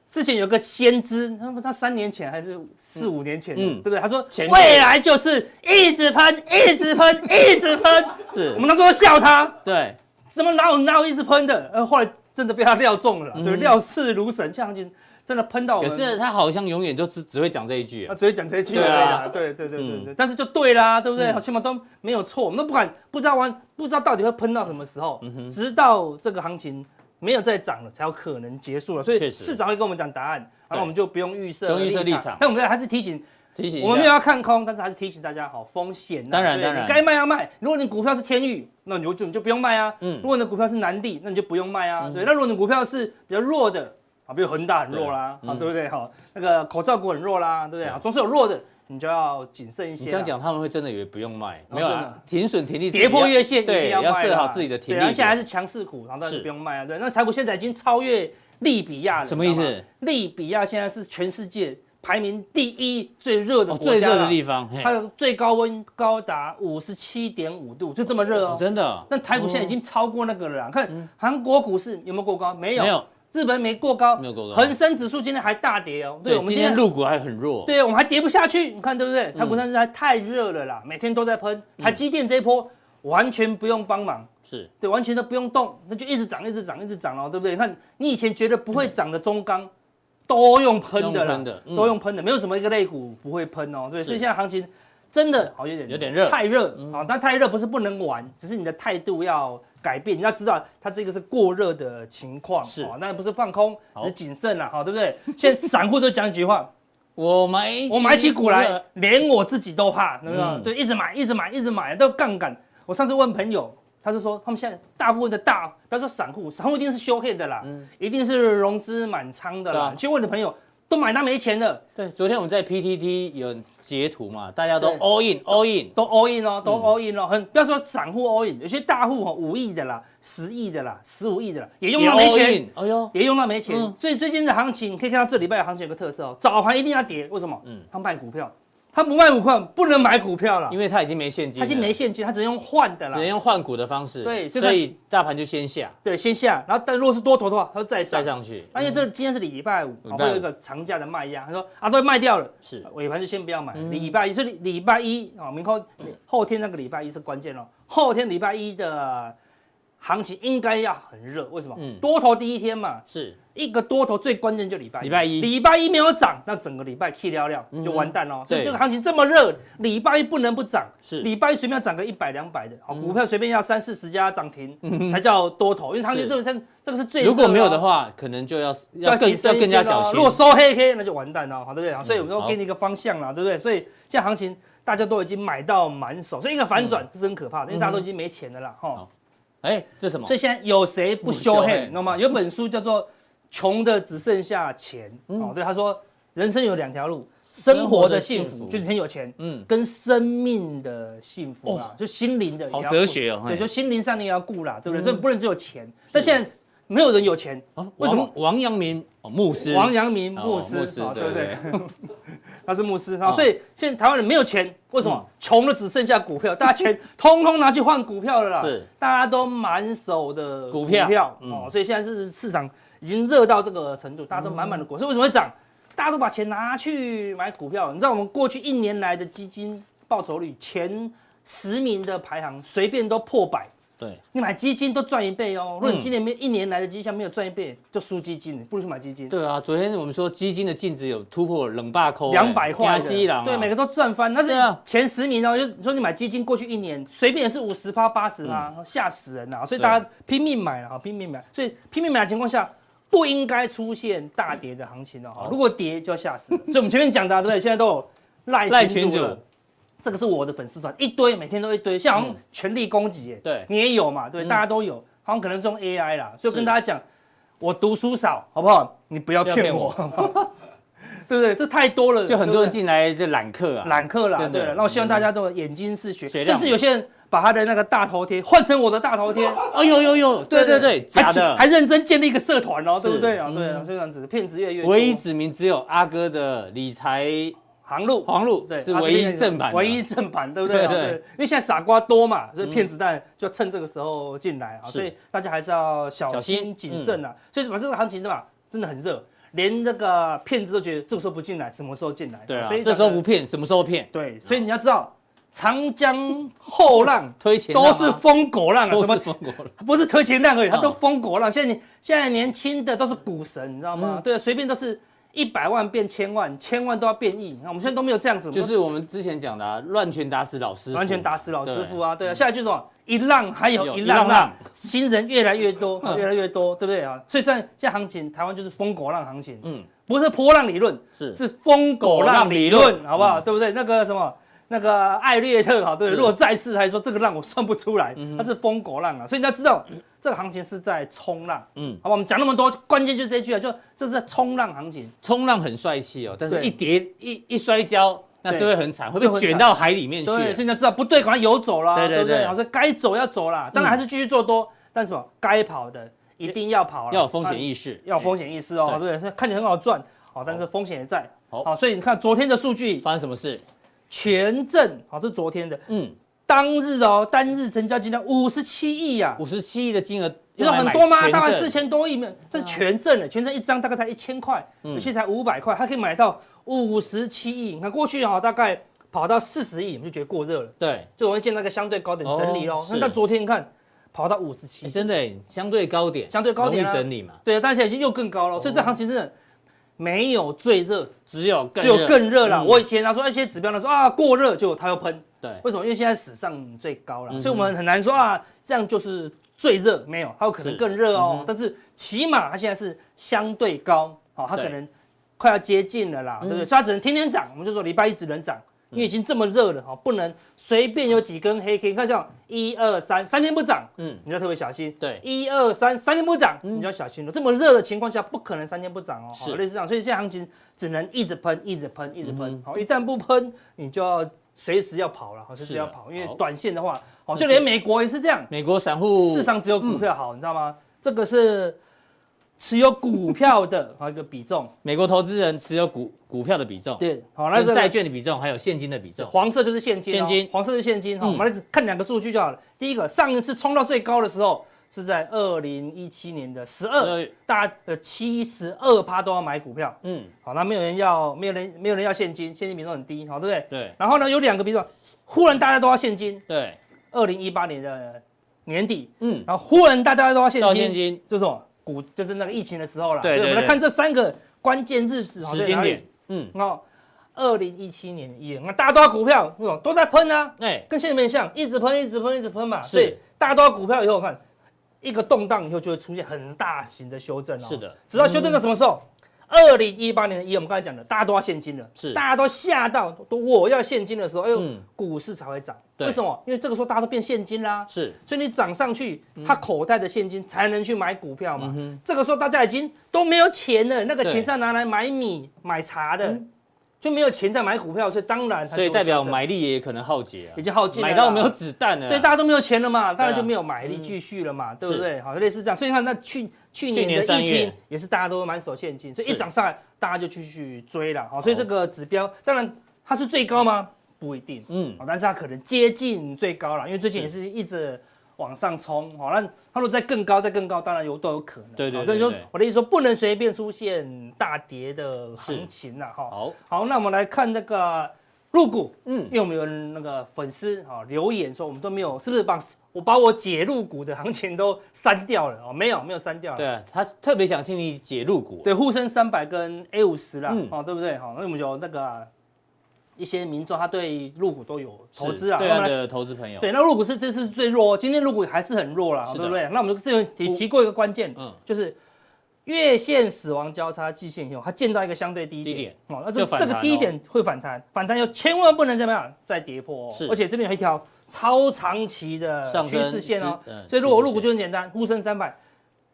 [SPEAKER 2] 之前有个先知，他他三年前还是四五年前的，
[SPEAKER 1] 嗯
[SPEAKER 2] 对不对？他说
[SPEAKER 1] 前辈
[SPEAKER 2] 未来就是一直喷，一直喷， (laughs) 一直喷。
[SPEAKER 1] 是
[SPEAKER 2] 我，们那时候笑他，
[SPEAKER 1] 对，
[SPEAKER 2] 怎么哪有哪有一直喷的？呃，后来真的被他料中了啦，对，料事如神，这样就真的喷到我
[SPEAKER 1] 嗯可
[SPEAKER 2] 们。
[SPEAKER 1] 是他好像永远都只只会讲这一句啊。
[SPEAKER 2] 啊，只会讲这一句而
[SPEAKER 1] 对
[SPEAKER 2] 已
[SPEAKER 1] 啊
[SPEAKER 2] 啦。对对对对
[SPEAKER 1] 嗯
[SPEAKER 2] 对，但是就对啦，对不对？起码都没有错，我们都不敢，不知道玩，不知道到底会喷到什么时候，
[SPEAKER 1] 嗯
[SPEAKER 2] 直到这个行情没有再涨了，才有可能结束了。所以
[SPEAKER 1] 确实
[SPEAKER 2] 市场会跟我们讲答案，然后我们就不用预设
[SPEAKER 1] 不用预设立场
[SPEAKER 2] 但我们还是提醒
[SPEAKER 1] 提醒一
[SPEAKER 2] 我们没有
[SPEAKER 1] 下，
[SPEAKER 2] 要啊看空，但是还是提醒大家好风险啊、
[SPEAKER 1] 当然
[SPEAKER 2] 对
[SPEAKER 1] 当然
[SPEAKER 2] 你该卖要卖。如果你股票是天域，那你就你就不用卖啊。
[SPEAKER 1] 嗯
[SPEAKER 2] 如果你的股票是南地，那你就不用卖啊。对，那如果你的股票是比较弱的，啊，比如恒大很弱啦，
[SPEAKER 1] 对
[SPEAKER 2] 啊，
[SPEAKER 1] 嗯
[SPEAKER 2] 对不对？好，那个口罩股很弱啦，对不对？啊，总是有弱的，你就要谨慎一些
[SPEAKER 1] 你
[SPEAKER 2] 啦。
[SPEAKER 1] 这样讲他们会真的以为不用卖，
[SPEAKER 2] 哦
[SPEAKER 1] 没有
[SPEAKER 2] 真
[SPEAKER 1] 啦
[SPEAKER 2] 的，
[SPEAKER 1] 停损停利自己
[SPEAKER 2] 跌破
[SPEAKER 1] 要
[SPEAKER 2] 月线一定
[SPEAKER 1] 对，
[SPEAKER 2] 要卖
[SPEAKER 1] 要
[SPEAKER 2] 啦
[SPEAKER 1] 设好自己的停
[SPEAKER 2] 对而
[SPEAKER 1] 利
[SPEAKER 2] 且还
[SPEAKER 1] 点。
[SPEAKER 2] 是强势股，然后但是
[SPEAKER 1] 是
[SPEAKER 2] 不用卖啊。对，那台股现在已经超越利比亚了，
[SPEAKER 1] 什么意思
[SPEAKER 2] 你知道吗？利比亚现在是全世界排名第一最热的
[SPEAKER 1] 哦，
[SPEAKER 2] 国
[SPEAKER 1] 最
[SPEAKER 2] 家
[SPEAKER 1] 热的
[SPEAKER 2] 了。
[SPEAKER 1] 地方，嘿
[SPEAKER 2] 它的最高温高达五十七点五度，就这么热
[SPEAKER 1] 哦
[SPEAKER 2] 哦。
[SPEAKER 1] 真的嗯
[SPEAKER 2] 那台股现在已经超过那个了啦。看韩国股市有没有过高？没有，
[SPEAKER 1] 没有。
[SPEAKER 2] 日本没过高，
[SPEAKER 1] 没有过高
[SPEAKER 2] 恒生指数今天还大跌哦。
[SPEAKER 1] 对，
[SPEAKER 2] 我们
[SPEAKER 1] 今天嗯入股还很弱，
[SPEAKER 2] 对，我们还跌不下去，你看对不对？台股现在太热了啦，每天都在喷。
[SPEAKER 1] 嗯
[SPEAKER 2] 台积电这一波完全不用帮忙，
[SPEAKER 1] 是
[SPEAKER 2] 对，完全都不用动，那就一直涨，一直涨，一直涨哦，对不对？你看你以前觉得不会涨的中钢，都用喷的
[SPEAKER 1] 嗯都用
[SPEAKER 2] 啦
[SPEAKER 1] 喷的，嗯
[SPEAKER 2] 都用喷的，没有什么一个类股不会喷哦，对，
[SPEAKER 1] 是
[SPEAKER 2] 所以现在行情真的好有点
[SPEAKER 1] 有点热嗯
[SPEAKER 2] 太热啊，但太热不是不能玩，只是你的态度要。改变，你要知道它这个是过热的情况，
[SPEAKER 1] 是
[SPEAKER 2] 哦那不是放空，
[SPEAKER 1] 好
[SPEAKER 2] 只是谨慎啦，好，哦对不对？现在散户都讲一句话，
[SPEAKER 1] 我买起
[SPEAKER 2] 我买起股来，连我自己都怕，有没有？
[SPEAKER 1] 嗯
[SPEAKER 2] 对，一直买，一直买，一直买，都杠杆。我上次问朋友，他是说他们现在大部分的大，不要说散户，散户一定是修 K 的啦，一定是融资满仓的
[SPEAKER 1] 嗯对
[SPEAKER 2] 啦
[SPEAKER 1] 啊。
[SPEAKER 2] 去问的朋友都买到没钱的，
[SPEAKER 1] 对，昨天我们在 PTT 有截图嘛，大家都
[SPEAKER 2] 对
[SPEAKER 1] all in all in，
[SPEAKER 2] 都 all in 哦，都
[SPEAKER 1] 嗯
[SPEAKER 2] all in 哦，很不要说散户 all in，有些大户哦五亿的啦，十亿的啦，十五亿的啦，也用
[SPEAKER 1] 也
[SPEAKER 2] 到没
[SPEAKER 1] all
[SPEAKER 2] 钱。啊
[SPEAKER 1] in，哎呦，
[SPEAKER 2] 也用到没钱。
[SPEAKER 1] 嗯
[SPEAKER 2] 所以最近的行情，你可以看到这礼拜的行情有个特色哦，早盘一定要跌，为什么？
[SPEAKER 1] 嗯
[SPEAKER 2] 他卖股票，他不卖股票不能买股票了
[SPEAKER 1] 因。为他已经没现金
[SPEAKER 2] 他
[SPEAKER 1] 了，
[SPEAKER 2] 已经没现金，他只能用换的
[SPEAKER 1] 只
[SPEAKER 2] 啦
[SPEAKER 1] 能。用换股的方式，
[SPEAKER 2] 对所以
[SPEAKER 1] 所以大盘就先下，
[SPEAKER 2] 对，先下，然后但如果是多头的话，他就再上。啊
[SPEAKER 1] 再上去，
[SPEAKER 2] 那因为这今天是礼拜五，
[SPEAKER 1] 礼
[SPEAKER 2] 啊
[SPEAKER 1] 拜
[SPEAKER 2] 会
[SPEAKER 1] 五
[SPEAKER 2] 有一个长假的卖压。他说啊，都卖掉了，
[SPEAKER 1] 是嗯
[SPEAKER 2] 尾盘就先不要买。礼拜一是礼礼拜一啊，明后后天那个礼拜一是关键哦。后天礼拜一的行情应该要很热，为什么？
[SPEAKER 1] 嗯
[SPEAKER 2] 多头第一天嘛，
[SPEAKER 1] 是
[SPEAKER 2] 一个多头最关键就礼拜
[SPEAKER 1] 礼拜一嗯
[SPEAKER 2] 礼拜一没有涨，那整个礼拜 K 掉掉就完蛋了。所以
[SPEAKER 1] 对
[SPEAKER 2] 这个行情这么热，礼拜一不能不涨。
[SPEAKER 1] 是嗯
[SPEAKER 2] 礼拜一随便要涨个一百两百的，好股票随便要三四十家涨停才叫多头，因为行情
[SPEAKER 1] 是
[SPEAKER 2] 这个是这个是最热啊
[SPEAKER 1] 如果没有的话，可能就要
[SPEAKER 2] 就
[SPEAKER 1] 要更
[SPEAKER 2] 谨慎
[SPEAKER 1] 要
[SPEAKER 2] 一
[SPEAKER 1] 更加
[SPEAKER 2] 些咯
[SPEAKER 1] 小心。嗯
[SPEAKER 2] 如果收黑 K 那就完蛋了，好哦对不对？好所以我们
[SPEAKER 1] 好
[SPEAKER 2] 都给你一个方向啦，对不对？所以现在行情大家都已经买到满手，所以一个反转
[SPEAKER 1] 嗯
[SPEAKER 2] 这是很可怕的，因为大家都已经没钱了啦，哈
[SPEAKER 1] 好。哎，这什么
[SPEAKER 2] 所？以现在有谁不
[SPEAKER 1] 不
[SPEAKER 2] 修
[SPEAKER 1] 修
[SPEAKER 2] 黑，
[SPEAKER 1] 黑嗯
[SPEAKER 2] 你知道吗？有本书叫做《穷的只剩下钱》哦，对，他说人生有两条路，生活的幸
[SPEAKER 1] 嗯生活的幸
[SPEAKER 2] 福
[SPEAKER 1] 福
[SPEAKER 2] 就是你很有钱，
[SPEAKER 1] 嗯，哦
[SPEAKER 2] 跟生命的幸福啊，就心灵的也要顾，
[SPEAKER 1] 好哲学哦嘿嗯
[SPEAKER 2] 对，就心灵上你也要顾啦，对不对？所以不能只有钱，但现在没有人有钱，
[SPEAKER 1] 啊
[SPEAKER 2] 为什么
[SPEAKER 1] 王王阳明哦，牧师，
[SPEAKER 2] 王阳明
[SPEAKER 1] 哦
[SPEAKER 2] 牧师
[SPEAKER 1] 牧师
[SPEAKER 2] 啊，
[SPEAKER 1] 对
[SPEAKER 2] 对不对？ (laughs) 他是牧师啊，
[SPEAKER 1] 哦嗯
[SPEAKER 2] 所以现在台湾人没有钱，为什么？穷的只剩下股票，大家
[SPEAKER 1] (laughs)
[SPEAKER 2] 钱通通拿去换股票了啦。
[SPEAKER 1] 是，
[SPEAKER 2] 大家都满手的
[SPEAKER 1] 股票嗯
[SPEAKER 2] 哦，所以现在是市场已经热到这个程度，大家都满满的
[SPEAKER 1] 嗯
[SPEAKER 2] 股，所以为什么会涨？大家都把钱拿去买股票，你知道我们过去一年来的基金报酬率前十名的排行，随便都破百。
[SPEAKER 1] 对，
[SPEAKER 2] 你买基金都赚一倍哦。如果你
[SPEAKER 1] 嗯
[SPEAKER 2] 今年没一年来的绩效没有赚一倍，就输基金，不如去买基金。
[SPEAKER 1] 对啊，昨天我们说基金的净值有突破冷霸扣
[SPEAKER 2] 两百块
[SPEAKER 1] 西
[SPEAKER 2] 的，
[SPEAKER 1] 郎，
[SPEAKER 2] 对，每个都赚翻。但是
[SPEAKER 1] 啊对啊
[SPEAKER 2] 前十名哦，就你说你买基金，过去一年随便也是五十趴、八十趴，
[SPEAKER 1] 嗯
[SPEAKER 2] 吓死人了。啊所以大家拼命买了哈，拼命买。所以拼命买的情况下，不应该出现大跌的行情哦。哈
[SPEAKER 1] 好
[SPEAKER 2] 如果跌就要吓死了。所以我们前面讲的啊，对不对？现在都有赖
[SPEAKER 1] 赖
[SPEAKER 2] 群
[SPEAKER 1] 群
[SPEAKER 2] 主
[SPEAKER 1] 主
[SPEAKER 2] 了。这个是我的粉丝团，一堆每天都一堆，像好像
[SPEAKER 1] 嗯
[SPEAKER 2] 全力攻击耶，
[SPEAKER 1] 对
[SPEAKER 2] 你也有嘛，对，
[SPEAKER 1] 嗯
[SPEAKER 2] 大家都有，好像可能是用 AI 啦，所以我跟
[SPEAKER 1] 是
[SPEAKER 2] 大家讲，我读书少，好不好？你不要
[SPEAKER 1] 不要
[SPEAKER 2] 骗
[SPEAKER 1] 骗
[SPEAKER 2] 我，
[SPEAKER 1] 我
[SPEAKER 2] 好不好对不对？这太多了，
[SPEAKER 1] 就很多人
[SPEAKER 2] 对不对
[SPEAKER 1] 进来就揽客啊，
[SPEAKER 2] 揽客啦，
[SPEAKER 1] 真的
[SPEAKER 2] 对了，那我希望大家都眼睛是血，
[SPEAKER 1] 血
[SPEAKER 2] 甚
[SPEAKER 1] 量
[SPEAKER 2] 至有些人把他的那个大头贴换成我的大头贴，
[SPEAKER 1] 哦，有有有，对对对，假
[SPEAKER 2] 还
[SPEAKER 1] 的，
[SPEAKER 2] 还认真建立一个社团哦，
[SPEAKER 1] 是
[SPEAKER 2] 对不对啊？对啊，
[SPEAKER 1] 嗯
[SPEAKER 2] 就这样子，骗子越来越多
[SPEAKER 1] 唯一指名只有阿哥的理财
[SPEAKER 2] 航路
[SPEAKER 1] 黄路
[SPEAKER 2] 对，
[SPEAKER 1] 是
[SPEAKER 2] 它
[SPEAKER 1] 唯
[SPEAKER 2] 变成
[SPEAKER 1] 一正版的，
[SPEAKER 2] 唯一正版，对不对？哦
[SPEAKER 1] 对对
[SPEAKER 2] 对，因为现在傻瓜多嘛，所以骗子弹就趁这个时候进来啊，
[SPEAKER 1] 是
[SPEAKER 2] 所以大家还是要小
[SPEAKER 1] 小
[SPEAKER 2] 心
[SPEAKER 1] 心嗯
[SPEAKER 2] 谨慎啊。所以把这个行情对吧，真的很热，连那个骗子都觉得这个时候不进来，什么时候进来？哦
[SPEAKER 1] 对啊
[SPEAKER 2] 非，常
[SPEAKER 1] 这时候
[SPEAKER 2] 的
[SPEAKER 1] 不骗，什么时候骗？
[SPEAKER 2] 对，所以你要知道，长江后浪
[SPEAKER 1] 推 (laughs) 前
[SPEAKER 2] 都
[SPEAKER 1] 浪
[SPEAKER 2] 是
[SPEAKER 1] 啊
[SPEAKER 2] 风狗浪啊，什
[SPEAKER 1] (laughs) 都
[SPEAKER 2] 么
[SPEAKER 1] 是中国人，
[SPEAKER 2] 不是推前浪而已，它
[SPEAKER 1] 嗯
[SPEAKER 2] 都风狗浪。现在你现在年轻的都是股神，你知道
[SPEAKER 1] 嗯
[SPEAKER 2] 吗？对，啊随便都是一百万变千万，千万都要变亿。那我们现在都没有这样子，我们
[SPEAKER 1] 就
[SPEAKER 2] 都
[SPEAKER 1] 是我们之前讲的啊乱拳打死老师，嗯
[SPEAKER 2] 完全打死老师傅啊！对啊，下一句是什么？一浪还有
[SPEAKER 1] 有
[SPEAKER 2] 一
[SPEAKER 1] 一
[SPEAKER 2] 浪
[SPEAKER 1] 浪
[SPEAKER 2] 浪
[SPEAKER 1] 浪，嗯
[SPEAKER 2] 新人越来越多，越来越多，对不对啊？所以现在现在行情，台湾就是疯狗浪行情。
[SPEAKER 1] 嗯，
[SPEAKER 2] 不是波浪理论，
[SPEAKER 1] 是
[SPEAKER 2] 是疯狗
[SPEAKER 1] 狗
[SPEAKER 2] 浪理
[SPEAKER 1] 浪理
[SPEAKER 2] 论，
[SPEAKER 1] 论嗯
[SPEAKER 2] 好不好？对不对？那个什么，那个艾略特，好，对，
[SPEAKER 1] 是
[SPEAKER 2] 如果再试，还说这个浪我算不出来，
[SPEAKER 1] 嗯
[SPEAKER 2] 它是疯狗浪啊。所以你要知道，这个行情是在冲浪，
[SPEAKER 1] 嗯
[SPEAKER 2] 嗯，好吧？我们讲那么多，关键就是这句啊，就这是在冲浪行情，
[SPEAKER 1] 冲浪很帅气哦，但是
[SPEAKER 2] 对
[SPEAKER 1] 一跌一一摔跤，那是
[SPEAKER 2] 对
[SPEAKER 1] 会很惨，会
[SPEAKER 2] 就
[SPEAKER 1] 被
[SPEAKER 2] 很
[SPEAKER 1] 卷
[SPEAKER 2] 惨
[SPEAKER 1] 到海里面去啊
[SPEAKER 2] 对，
[SPEAKER 1] 了。
[SPEAKER 2] 所以你要知道不对，赶快游走啦，
[SPEAKER 1] 对对
[SPEAKER 2] 对不对？
[SPEAKER 1] 对嗯
[SPEAKER 2] 老师该走要走啦，当然还是继续做多，但是什么该跑的一定要跑啦，
[SPEAKER 1] 要有风险
[SPEAKER 2] 啊
[SPEAKER 1] 意识，
[SPEAKER 2] 要有风险意识哦，对，是看起来很好赚，好，但是风险也在，
[SPEAKER 1] 好
[SPEAKER 2] 好，所以你看昨天的数据，
[SPEAKER 1] 发生什么事？
[SPEAKER 2] 权证好是昨天的，
[SPEAKER 1] 嗯，
[SPEAKER 2] 当日哦单日成交金额五十七亿呀，
[SPEAKER 1] 五十七亿的金额，
[SPEAKER 2] 你说很多吗？大概四。千多亿
[SPEAKER 1] 嗯
[SPEAKER 2] 没有，这是权证啊的，权证一张大概才一千块，有些才五百块，它可以买到五十七亿，你看过去哦哈大概跑到四十亿，我们就觉得过热了。
[SPEAKER 1] 对，
[SPEAKER 2] 就容易见那个相对高点整理
[SPEAKER 1] 哦
[SPEAKER 2] 咯。
[SPEAKER 1] 是
[SPEAKER 2] 那到昨天看跑到五十
[SPEAKER 1] 诶
[SPEAKER 2] 七，
[SPEAKER 1] 欸真的诶相对高点，
[SPEAKER 2] 相对高点啊
[SPEAKER 1] 容易整理嘛，
[SPEAKER 2] 对啊，但现在已经又更高
[SPEAKER 1] 哦
[SPEAKER 2] 了，所以这行情真的没有最热，
[SPEAKER 1] 只有更
[SPEAKER 2] 只有更热了。
[SPEAKER 1] 嗯
[SPEAKER 2] 我以前他说那些指标呢说啊过热，就它又喷，
[SPEAKER 1] 对嗯
[SPEAKER 2] 为什么？因为现在史上最高了，所以我们很难说啊这样就是最热，没有，它有可能
[SPEAKER 1] 是嗯
[SPEAKER 2] 更热哦。但是起码它现在是相对高，哦，它
[SPEAKER 1] 对嗯
[SPEAKER 2] 可能快要接近了啦，对不对？所以它只能天天涨，我们就说礼拜一只能涨。因为已经这么热了哈，哦不能随便有几根黑 K。你看像一二三，三天不涨，
[SPEAKER 1] 嗯，
[SPEAKER 2] 你就要特别小心。
[SPEAKER 1] 对嗯
[SPEAKER 2] 一二三，三天不涨，你就要小心了。这么热的情况下，不可能三天不涨哦。
[SPEAKER 1] 是
[SPEAKER 2] 好类似这样，所以现在行情只能一直喷，一直喷，一直
[SPEAKER 1] 嗯
[SPEAKER 2] 喷。好，一旦不喷，你就要随时要跑了，好，随时
[SPEAKER 1] 是
[SPEAKER 2] 要
[SPEAKER 1] 的
[SPEAKER 2] 跑，因为
[SPEAKER 1] 好
[SPEAKER 2] 短线的话，哦，就连美国也是这样，
[SPEAKER 1] 美国散户
[SPEAKER 2] 市场只有股票好，
[SPEAKER 1] 嗯
[SPEAKER 2] 你知道吗？这个是持有股票
[SPEAKER 1] (laughs)
[SPEAKER 2] 的好一个比重，
[SPEAKER 1] 美国投资人持有股股票的比重，
[SPEAKER 2] 对，好，那
[SPEAKER 1] 跟
[SPEAKER 2] 这
[SPEAKER 1] 债
[SPEAKER 2] 个
[SPEAKER 1] 券的比重，还有现金的比重，
[SPEAKER 2] 黄色就是现金哦，
[SPEAKER 1] 现金
[SPEAKER 2] 黄色是现金哈。
[SPEAKER 1] 嗯
[SPEAKER 2] 我们来看两个数据就好了。第一个，上一次冲到最高的时候是在二零一七年的十二
[SPEAKER 1] 12，
[SPEAKER 2] 大家呃七十二趴都要买股票，
[SPEAKER 1] 嗯，
[SPEAKER 2] 好，那没有人要，没有人没有人要现金，现金比重很低，好，对不对？
[SPEAKER 1] 对
[SPEAKER 2] 然后呢，有两个比重，忽然大家都要现金，
[SPEAKER 1] 对，
[SPEAKER 2] 二零一八年的年底，
[SPEAKER 1] 嗯，
[SPEAKER 2] 然后忽然大家都要现
[SPEAKER 1] 到
[SPEAKER 2] 金，
[SPEAKER 1] 现金
[SPEAKER 2] 就是什么股，就是那个疫情的时候了。
[SPEAKER 1] 对对
[SPEAKER 2] 我们来
[SPEAKER 1] 对
[SPEAKER 2] 看这三个关键日子，好
[SPEAKER 1] 时间点，，嗯，
[SPEAKER 2] 哦，二零一七年一月，那大家都要股票，那种都在喷啊，
[SPEAKER 1] 哎，
[SPEAKER 2] 跟现在有点像，一直喷，一直喷，一直喷嘛。
[SPEAKER 1] 是
[SPEAKER 2] 所以大家都要股票以后，看一个动荡以后就会出现很大型的修正哦。
[SPEAKER 1] 是的嗯
[SPEAKER 2] 直到修正到什么时候？二零一八年的一月，我们刚才讲的，大家都要现金了，
[SPEAKER 1] 是
[SPEAKER 2] 大家都吓到，都我要现金的时候，哎呦，
[SPEAKER 1] 嗯
[SPEAKER 2] 股市才会涨。
[SPEAKER 1] 对
[SPEAKER 2] 为什么？因为这个时候大家都变现金啦，
[SPEAKER 1] 是
[SPEAKER 2] 所以你涨上去，他口袋的现金才能去买股票嘛。这个时候大家已经都没有钱了，那个
[SPEAKER 1] 嗯对嗯
[SPEAKER 2] 钱是要拿来买米、买茶的，就没有钱再买股票，所以当然它
[SPEAKER 1] 所以
[SPEAKER 2] 就会
[SPEAKER 1] 代表
[SPEAKER 2] 修正
[SPEAKER 1] 买力也可能耗竭啊，
[SPEAKER 2] 已经耗尽了
[SPEAKER 1] 买
[SPEAKER 2] 啦
[SPEAKER 1] 到没有子弹了啊，
[SPEAKER 2] 对，大家都没有钱了嘛，当然
[SPEAKER 1] 对啊嗯
[SPEAKER 2] 就没有买力继续了嘛，对不
[SPEAKER 1] 是
[SPEAKER 2] 对？好，类似这样，所以你看那去去
[SPEAKER 1] 去年
[SPEAKER 2] 年的
[SPEAKER 1] 三
[SPEAKER 2] 疫
[SPEAKER 1] 月
[SPEAKER 2] 情也是大家都满手现金，所以一
[SPEAKER 1] 是
[SPEAKER 2] 涨上来大家就继续追了，好，所以这个指标当然它是最高吗？不一定，
[SPEAKER 1] 嗯
[SPEAKER 2] 嗯，但是它可能接近最高了，因为最近也是一直往上冲，好，那它如果再更高，再更高，当然有都有可能，
[SPEAKER 1] 对对对
[SPEAKER 2] 好所以说
[SPEAKER 1] 对
[SPEAKER 2] 我的意思说不能随便出现大跌的
[SPEAKER 1] 是
[SPEAKER 2] 行情了，哈，
[SPEAKER 1] 好，
[SPEAKER 2] 好，那我们来看那个入股，
[SPEAKER 1] 嗯
[SPEAKER 2] 嗯，因为我们有那个粉丝啊、留言说，我们都没有，是不是把我把我解入股的行情都删掉了？哦，没有，没有删掉了。
[SPEAKER 1] 对啊，他特别想听你解入股，啊
[SPEAKER 2] 对，沪深三百跟 A 五十啦，
[SPEAKER 1] 嗯
[SPEAKER 2] 哦，对不对？好、那我们有那个啊、一些民众他对入股都有投资啊，
[SPEAKER 1] 对
[SPEAKER 2] 那我
[SPEAKER 1] 岸
[SPEAKER 2] 们来
[SPEAKER 1] 的投资朋友，
[SPEAKER 2] 对，那入股是这次最弱哦，今天入股还是很弱啦，
[SPEAKER 1] 是的
[SPEAKER 2] 对不对？那我们之前提提过一个关键，
[SPEAKER 1] 嗯
[SPEAKER 2] 嗯，就是月线死亡交叉季线以后，它见到一个相对低点，
[SPEAKER 1] 低点
[SPEAKER 2] 哦，那
[SPEAKER 1] 就
[SPEAKER 2] 这
[SPEAKER 1] 反
[SPEAKER 2] 这
[SPEAKER 1] 弹
[SPEAKER 2] 个低点会反弹，反弹又千万不能怎么样再跌破哦
[SPEAKER 1] 是，
[SPEAKER 2] 而且这边有一条超长期的
[SPEAKER 1] 上
[SPEAKER 2] 趋
[SPEAKER 1] 升
[SPEAKER 2] 势线哦
[SPEAKER 1] 趋嗯，
[SPEAKER 2] 所以如果
[SPEAKER 1] 趋势
[SPEAKER 2] 入股就很简单，沪深三百。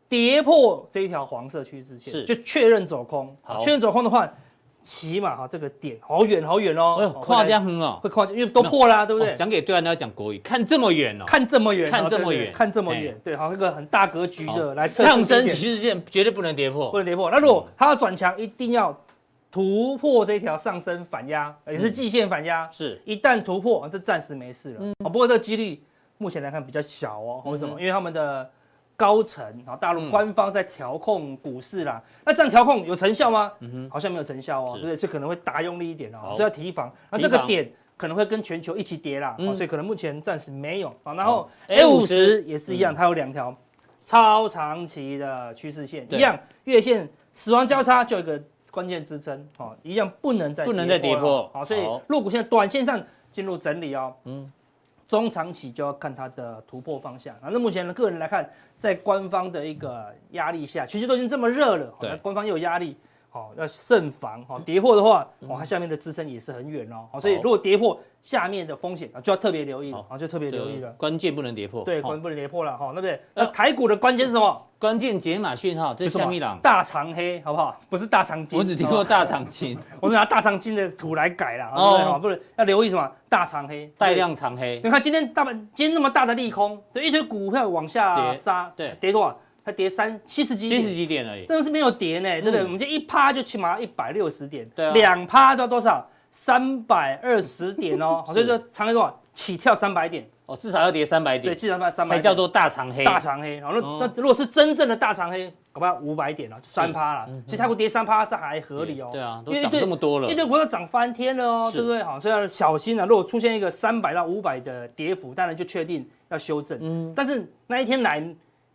[SPEAKER 2] 跌破这一条黄色趋势
[SPEAKER 1] 是
[SPEAKER 2] 线，就确认走空。
[SPEAKER 1] 好
[SPEAKER 2] 确认走空的话，起码哈这个点好远好远哦
[SPEAKER 1] 哎呦，
[SPEAKER 2] 哦
[SPEAKER 1] 夸张很哦，
[SPEAKER 2] 会跨，因为都破啦，对不对
[SPEAKER 1] 哦？讲给对岸都要讲国语，看这么远哦，
[SPEAKER 2] 看这么远，
[SPEAKER 1] 看
[SPEAKER 2] 哦
[SPEAKER 1] 这么
[SPEAKER 2] 对对
[SPEAKER 1] 远
[SPEAKER 2] 看这么远，对，好，那个很大格局
[SPEAKER 1] 好
[SPEAKER 2] 的来测试
[SPEAKER 1] 哦上升嗯
[SPEAKER 2] 这
[SPEAKER 1] 趋
[SPEAKER 2] 一点
[SPEAKER 1] 势线绝对不能跌
[SPEAKER 2] 不
[SPEAKER 1] 破，
[SPEAKER 2] 能跌破。那如果它要转强，一定要突破这条上升反压，也
[SPEAKER 1] 嗯
[SPEAKER 2] 是季线反压。
[SPEAKER 1] 是
[SPEAKER 2] 一旦突破，哦这暂时没事了。
[SPEAKER 1] 嗯
[SPEAKER 2] 哦不过这个几率目前来看比较小哦。为什么？因为他们的高层啊，大
[SPEAKER 1] 嗯
[SPEAKER 2] 陆官方在调控股市啦。那这样调控有成效吗？好像没有成效哦，
[SPEAKER 1] 嗯是
[SPEAKER 2] 对不对？所以可能会打用力一点
[SPEAKER 1] 好
[SPEAKER 2] 哦，所以要提防。那
[SPEAKER 1] 提
[SPEAKER 2] 这个
[SPEAKER 1] 防嗯
[SPEAKER 2] 点可能会跟全球一起跌啦，哦所以可能目前暂时没有啊。然后
[SPEAKER 1] 好
[SPEAKER 2] A 五
[SPEAKER 1] A50
[SPEAKER 2] 十也是
[SPEAKER 1] 嗯
[SPEAKER 2] 一样，它有两条超长期的趋势线，
[SPEAKER 1] 对
[SPEAKER 2] 一样月线死亡交叉就有一个关键支撑，哦，一样不能再
[SPEAKER 1] 不能再跌破
[SPEAKER 2] 了哦好，所以
[SPEAKER 1] 好
[SPEAKER 2] 入股现在短线上进入整理哦，
[SPEAKER 1] 嗯
[SPEAKER 2] 嗯，中长期就要看它的突破方向。啊那目前呢，个人来看，在官方的一个压力下，全球都已经这么热了，好
[SPEAKER 1] 对嗯
[SPEAKER 2] 那官方又有压力，好、要慎防好、跌破的话，哦，它下面的支撑也是很远哦，好、所以
[SPEAKER 1] 好
[SPEAKER 2] 如果跌破下面的风险啊，就要特别留意，
[SPEAKER 1] 好
[SPEAKER 2] 啊、就特别留意了。
[SPEAKER 1] 关键不能跌破。
[SPEAKER 2] 对，
[SPEAKER 1] 哦好
[SPEAKER 2] 关不能跌破了，哈、对不对？
[SPEAKER 1] 呃
[SPEAKER 2] 那台股的关键是什么？
[SPEAKER 1] 关键解码讯号，这
[SPEAKER 2] 就是是什
[SPEAKER 1] 香
[SPEAKER 2] 么
[SPEAKER 1] 米朗，
[SPEAKER 2] 大长黑，好不好？不是大长金，
[SPEAKER 1] 我只听
[SPEAKER 2] 好不
[SPEAKER 1] 过
[SPEAKER 2] 好
[SPEAKER 1] 大长
[SPEAKER 2] (laughs)
[SPEAKER 1] 青、
[SPEAKER 2] 我是拿大长今的图来改啦，对不对？
[SPEAKER 1] 哦
[SPEAKER 2] 哈不是要留意什么大长黑
[SPEAKER 1] 带。量长黑
[SPEAKER 2] 对不对，你看今天大盘今天那么大的利空，对一堆股票往下
[SPEAKER 1] 跌
[SPEAKER 2] 杀，
[SPEAKER 1] 对
[SPEAKER 2] 跌多少？它跌三七十几
[SPEAKER 1] 七
[SPEAKER 2] 点，
[SPEAKER 1] 十几点而已，
[SPEAKER 2] 真的是没有跌呢，对不对？
[SPEAKER 1] 嗯
[SPEAKER 2] 我们这一趴就起码一百六十点
[SPEAKER 1] 对啊，
[SPEAKER 2] 两趴到多少？三百二十点
[SPEAKER 1] (laughs)
[SPEAKER 2] 哦，所以说长黑多少？起跳三百点，
[SPEAKER 1] 哦，至少要跌三百
[SPEAKER 2] 对，
[SPEAKER 1] 点
[SPEAKER 2] 起跳三
[SPEAKER 1] 才
[SPEAKER 2] 百点
[SPEAKER 1] 叫做大长黑。
[SPEAKER 2] 大长黑。然后
[SPEAKER 1] 哦
[SPEAKER 2] 那那如果是真正的大长黑，搞不好五百点了，啊就三趴了。其实泰国跌三趴是还合理哦，
[SPEAKER 1] 嗯对啊，都
[SPEAKER 2] 因为
[SPEAKER 1] 涨
[SPEAKER 2] 对
[SPEAKER 1] 这么多了
[SPEAKER 2] 一，堆股票涨翻天了哦，
[SPEAKER 1] 是
[SPEAKER 2] 对不对？好，所以要小心啊！如果出现一个三百到五百的跌幅，当然就确定要修正。
[SPEAKER 1] 嗯
[SPEAKER 2] 但是那一天来，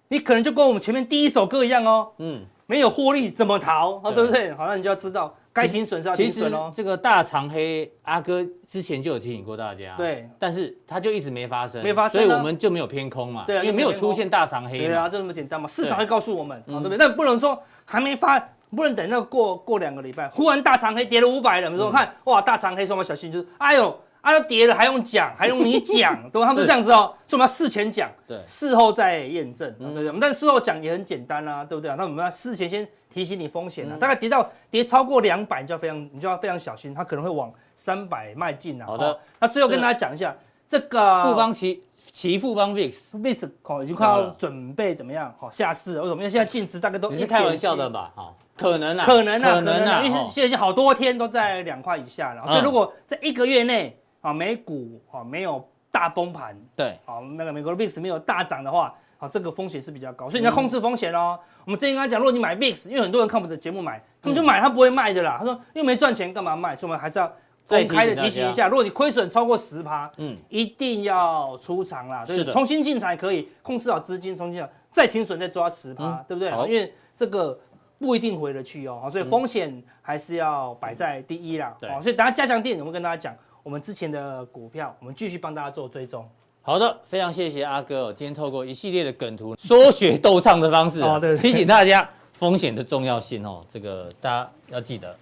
[SPEAKER 2] 你可能就跟我们前面第一首歌一样哦，
[SPEAKER 1] 嗯，
[SPEAKER 2] 没有获利怎么逃啊？
[SPEAKER 1] 对
[SPEAKER 2] 对不对？好，那你就要知道该停损是要
[SPEAKER 1] 其
[SPEAKER 2] 停
[SPEAKER 1] 实
[SPEAKER 2] 损哦。
[SPEAKER 1] 这个大长黑阿哥之前就有提醒过大家，，
[SPEAKER 2] 对
[SPEAKER 1] 但是他就一直没发生，
[SPEAKER 2] 没发生啊
[SPEAKER 1] 所以我们就没有偏空嘛，
[SPEAKER 2] 对啊
[SPEAKER 1] 因为没有
[SPEAKER 2] 就没有偏空
[SPEAKER 1] 出现大长黑
[SPEAKER 2] 对
[SPEAKER 1] 嘛，嗯
[SPEAKER 2] 啊，就这么简单嘛，市场会告诉我们，好，对不对？但不能说还没发。不能等那个过过两个礼拜，忽然大长黑跌了五百了，我
[SPEAKER 1] 嗯
[SPEAKER 2] 们说看哇，大长黑，说我们小心就是，哎呦，啊要跌了还用讲，还用你讲， (laughs) 对吧？他们
[SPEAKER 1] 是
[SPEAKER 2] 是这样子哦，所以我们要事前讲，
[SPEAKER 1] 对，嗯
[SPEAKER 2] 事后再验证，对不对？我们但事后讲也很简单啦、对不对啊？那我们要事前先提醒你风
[SPEAKER 1] 嗯
[SPEAKER 2] 险啊，大概跌到跌超过两百，你就要非常你就要非常小心，它可能会往三百迈进啊。
[SPEAKER 1] 好的
[SPEAKER 2] 哦那最后跟大家讲一下这个
[SPEAKER 1] 富邦奇奇富邦 VIX，
[SPEAKER 2] VIX 哦，已经
[SPEAKER 1] 怎
[SPEAKER 2] 快
[SPEAKER 1] 么了
[SPEAKER 2] 要准备怎么样？好、下市了，为什么？因为现在净值大概都
[SPEAKER 1] 你
[SPEAKER 2] 一
[SPEAKER 1] 是
[SPEAKER 2] 点
[SPEAKER 1] 开玩笑的吧？哈，可能啊，
[SPEAKER 2] 哦可能啊，
[SPEAKER 1] 可
[SPEAKER 2] 可
[SPEAKER 1] 能
[SPEAKER 2] 能
[SPEAKER 1] 啊
[SPEAKER 2] 啊，因为
[SPEAKER 1] 哦
[SPEAKER 2] 现在已经好多天都在两块以下了，
[SPEAKER 1] 嗯
[SPEAKER 2] 所以如果在一个月内啊，美股啊没有大崩盘，
[SPEAKER 1] 对，
[SPEAKER 2] 好，那个美国的 VIX 没有大涨的话，好，这个风险是比较高，所以你要
[SPEAKER 1] 嗯
[SPEAKER 2] 控制风险哦。我们之前跟他讲，如果你买 VIX，因为很多人看我们的节目
[SPEAKER 1] 嗯
[SPEAKER 2] 买，他们就买，他不会卖的啦。他说又没赚钱，干嘛卖？所以我们还是要
[SPEAKER 1] 再
[SPEAKER 2] 公
[SPEAKER 1] 提醒
[SPEAKER 2] 开的
[SPEAKER 1] 大
[SPEAKER 2] 提醒
[SPEAKER 1] 家
[SPEAKER 2] 一下，如果你亏损超过十趴，
[SPEAKER 1] 嗯，
[SPEAKER 2] 一定要出场啦，对
[SPEAKER 1] 是的
[SPEAKER 2] 不对？重新进场也可以，控制好资金，重新进场再停损再抓十趴，
[SPEAKER 1] 嗯
[SPEAKER 2] 对不对
[SPEAKER 1] 好？嗯
[SPEAKER 2] 因为这个不一定回得去哦，好所以风险还是要摆在第一啦。
[SPEAKER 1] 对
[SPEAKER 2] 哦，所以等下加强店，我们跟大家讲我们之前的股票，我们继续帮大家做追踪。
[SPEAKER 1] 好的，非常谢谢阿哥哦，今天透过一系列的梗图、说学逗唱的方式啊、
[SPEAKER 2] 哦对对
[SPEAKER 1] 提醒大家风险的重要性哦，这个大家要记得。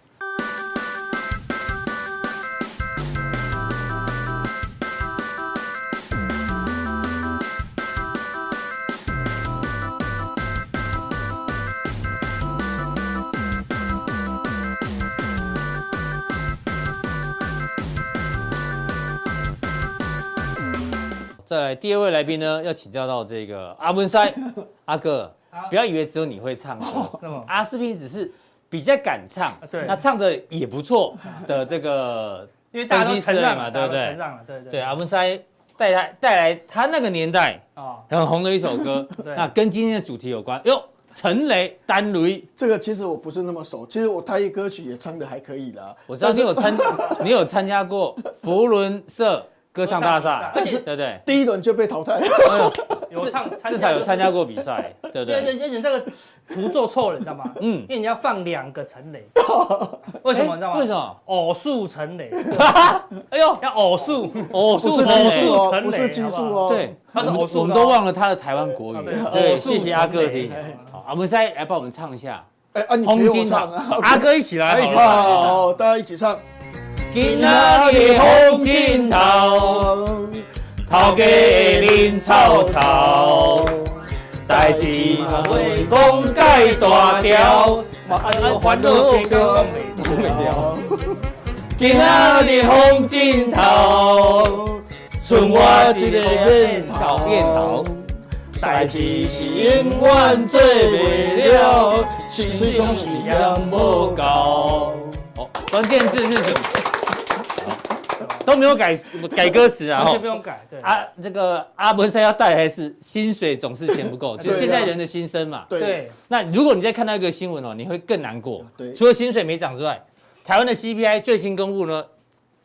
[SPEAKER 1] 再来第二位来宾呢，要请教到这个阿文塞阿哥，不要以为只有你会唱歌，
[SPEAKER 2] (laughs) 那么啊
[SPEAKER 1] 阿斯匹只是比较敢唱，
[SPEAKER 2] 对
[SPEAKER 1] 那唱的也不错的这个
[SPEAKER 2] 因为大家
[SPEAKER 1] 分析
[SPEAKER 2] 都
[SPEAKER 1] 师
[SPEAKER 2] 承让
[SPEAKER 1] 嘛
[SPEAKER 2] 了，
[SPEAKER 1] 对不对
[SPEAKER 2] 大家都承让了，对对
[SPEAKER 1] 对啊阿文塞带来带来他那个年代
[SPEAKER 2] 啊，
[SPEAKER 1] 很红的一首歌，
[SPEAKER 2] (laughs) 对
[SPEAKER 1] 那跟今天的主题有关哟。陈雷单雷，
[SPEAKER 3] 这个其实我不是那么熟，其实我台语歌曲也唱的还可以啦。
[SPEAKER 1] 我知道你有参， (laughs) 你有参加过福伦社歌唱大赛，
[SPEAKER 2] 歌唱比赛
[SPEAKER 1] 对不对？
[SPEAKER 3] 第一轮就被淘汰了，
[SPEAKER 1] (laughs) 哎呦
[SPEAKER 2] 有唱参加
[SPEAKER 1] 至少有
[SPEAKER 2] 就是
[SPEAKER 1] 参加过比赛，对哎不
[SPEAKER 2] 对
[SPEAKER 1] 对？
[SPEAKER 2] 对，而且这个图做错了，你知道吗？
[SPEAKER 1] 嗯
[SPEAKER 2] 因为你要放两个陈
[SPEAKER 1] (laughs)
[SPEAKER 2] 雷，为什么你知道吗？
[SPEAKER 1] 哎为什？么？
[SPEAKER 2] 偶数陈
[SPEAKER 1] (laughs)
[SPEAKER 2] 雷，
[SPEAKER 1] 哎呦，
[SPEAKER 2] 要偶数，
[SPEAKER 1] 偶
[SPEAKER 3] 不
[SPEAKER 1] 数
[SPEAKER 3] 是
[SPEAKER 1] 陈
[SPEAKER 3] 奇
[SPEAKER 1] 雷
[SPEAKER 3] 数哦，
[SPEAKER 2] 偶
[SPEAKER 3] 不
[SPEAKER 2] 数陈磊
[SPEAKER 3] 是奇数
[SPEAKER 2] 好不
[SPEAKER 3] 哦。
[SPEAKER 1] 对，
[SPEAKER 2] 他是
[SPEAKER 1] 我们
[SPEAKER 2] 偶数的哦
[SPEAKER 1] 我们都忘了他的台湾国语。
[SPEAKER 2] 啊
[SPEAKER 3] 对
[SPEAKER 1] 对，
[SPEAKER 3] 偶数
[SPEAKER 1] 谢谢阿哥
[SPEAKER 2] 陈
[SPEAKER 1] 提
[SPEAKER 2] 磊
[SPEAKER 1] 醒。好，阿文塞来帮我们唱一下
[SPEAKER 3] 哎啊，
[SPEAKER 1] 《
[SPEAKER 3] 你
[SPEAKER 1] 红
[SPEAKER 3] 陪我
[SPEAKER 1] 金
[SPEAKER 3] 唱
[SPEAKER 1] 堂
[SPEAKER 3] 啊》，
[SPEAKER 1] 阿哥一起来，好不好？
[SPEAKER 3] 好，大家一起唱。
[SPEAKER 1] 今仔日风景头，头家的面臭臭，代志嘛袂讲介大条，
[SPEAKER 3] 嘛
[SPEAKER 2] 哎呦，欢乐天歌美，
[SPEAKER 3] 都没掉。
[SPEAKER 1] 今仔日风景头，
[SPEAKER 3] 剩我一个面头，
[SPEAKER 1] 面头
[SPEAKER 3] 代志是永远做袂了，薪水总是嫌无够。
[SPEAKER 1] 哦，关键字是什么？哦都没有改改歌词啊！
[SPEAKER 2] 完
[SPEAKER 1] 吼
[SPEAKER 2] 全
[SPEAKER 1] (laughs)
[SPEAKER 2] 不用改，对
[SPEAKER 1] 啊，这个阿文山要带来的是薪水总是嫌不够，就是
[SPEAKER 3] 对啊
[SPEAKER 1] 现在人的心声嘛。
[SPEAKER 3] 对
[SPEAKER 1] (laughs)
[SPEAKER 2] 对，
[SPEAKER 1] 那如果你再看到一个新闻哦，你会更难过。
[SPEAKER 3] 对
[SPEAKER 1] 除了薪水没涨之外，台湾的 CPI 最新公布呢，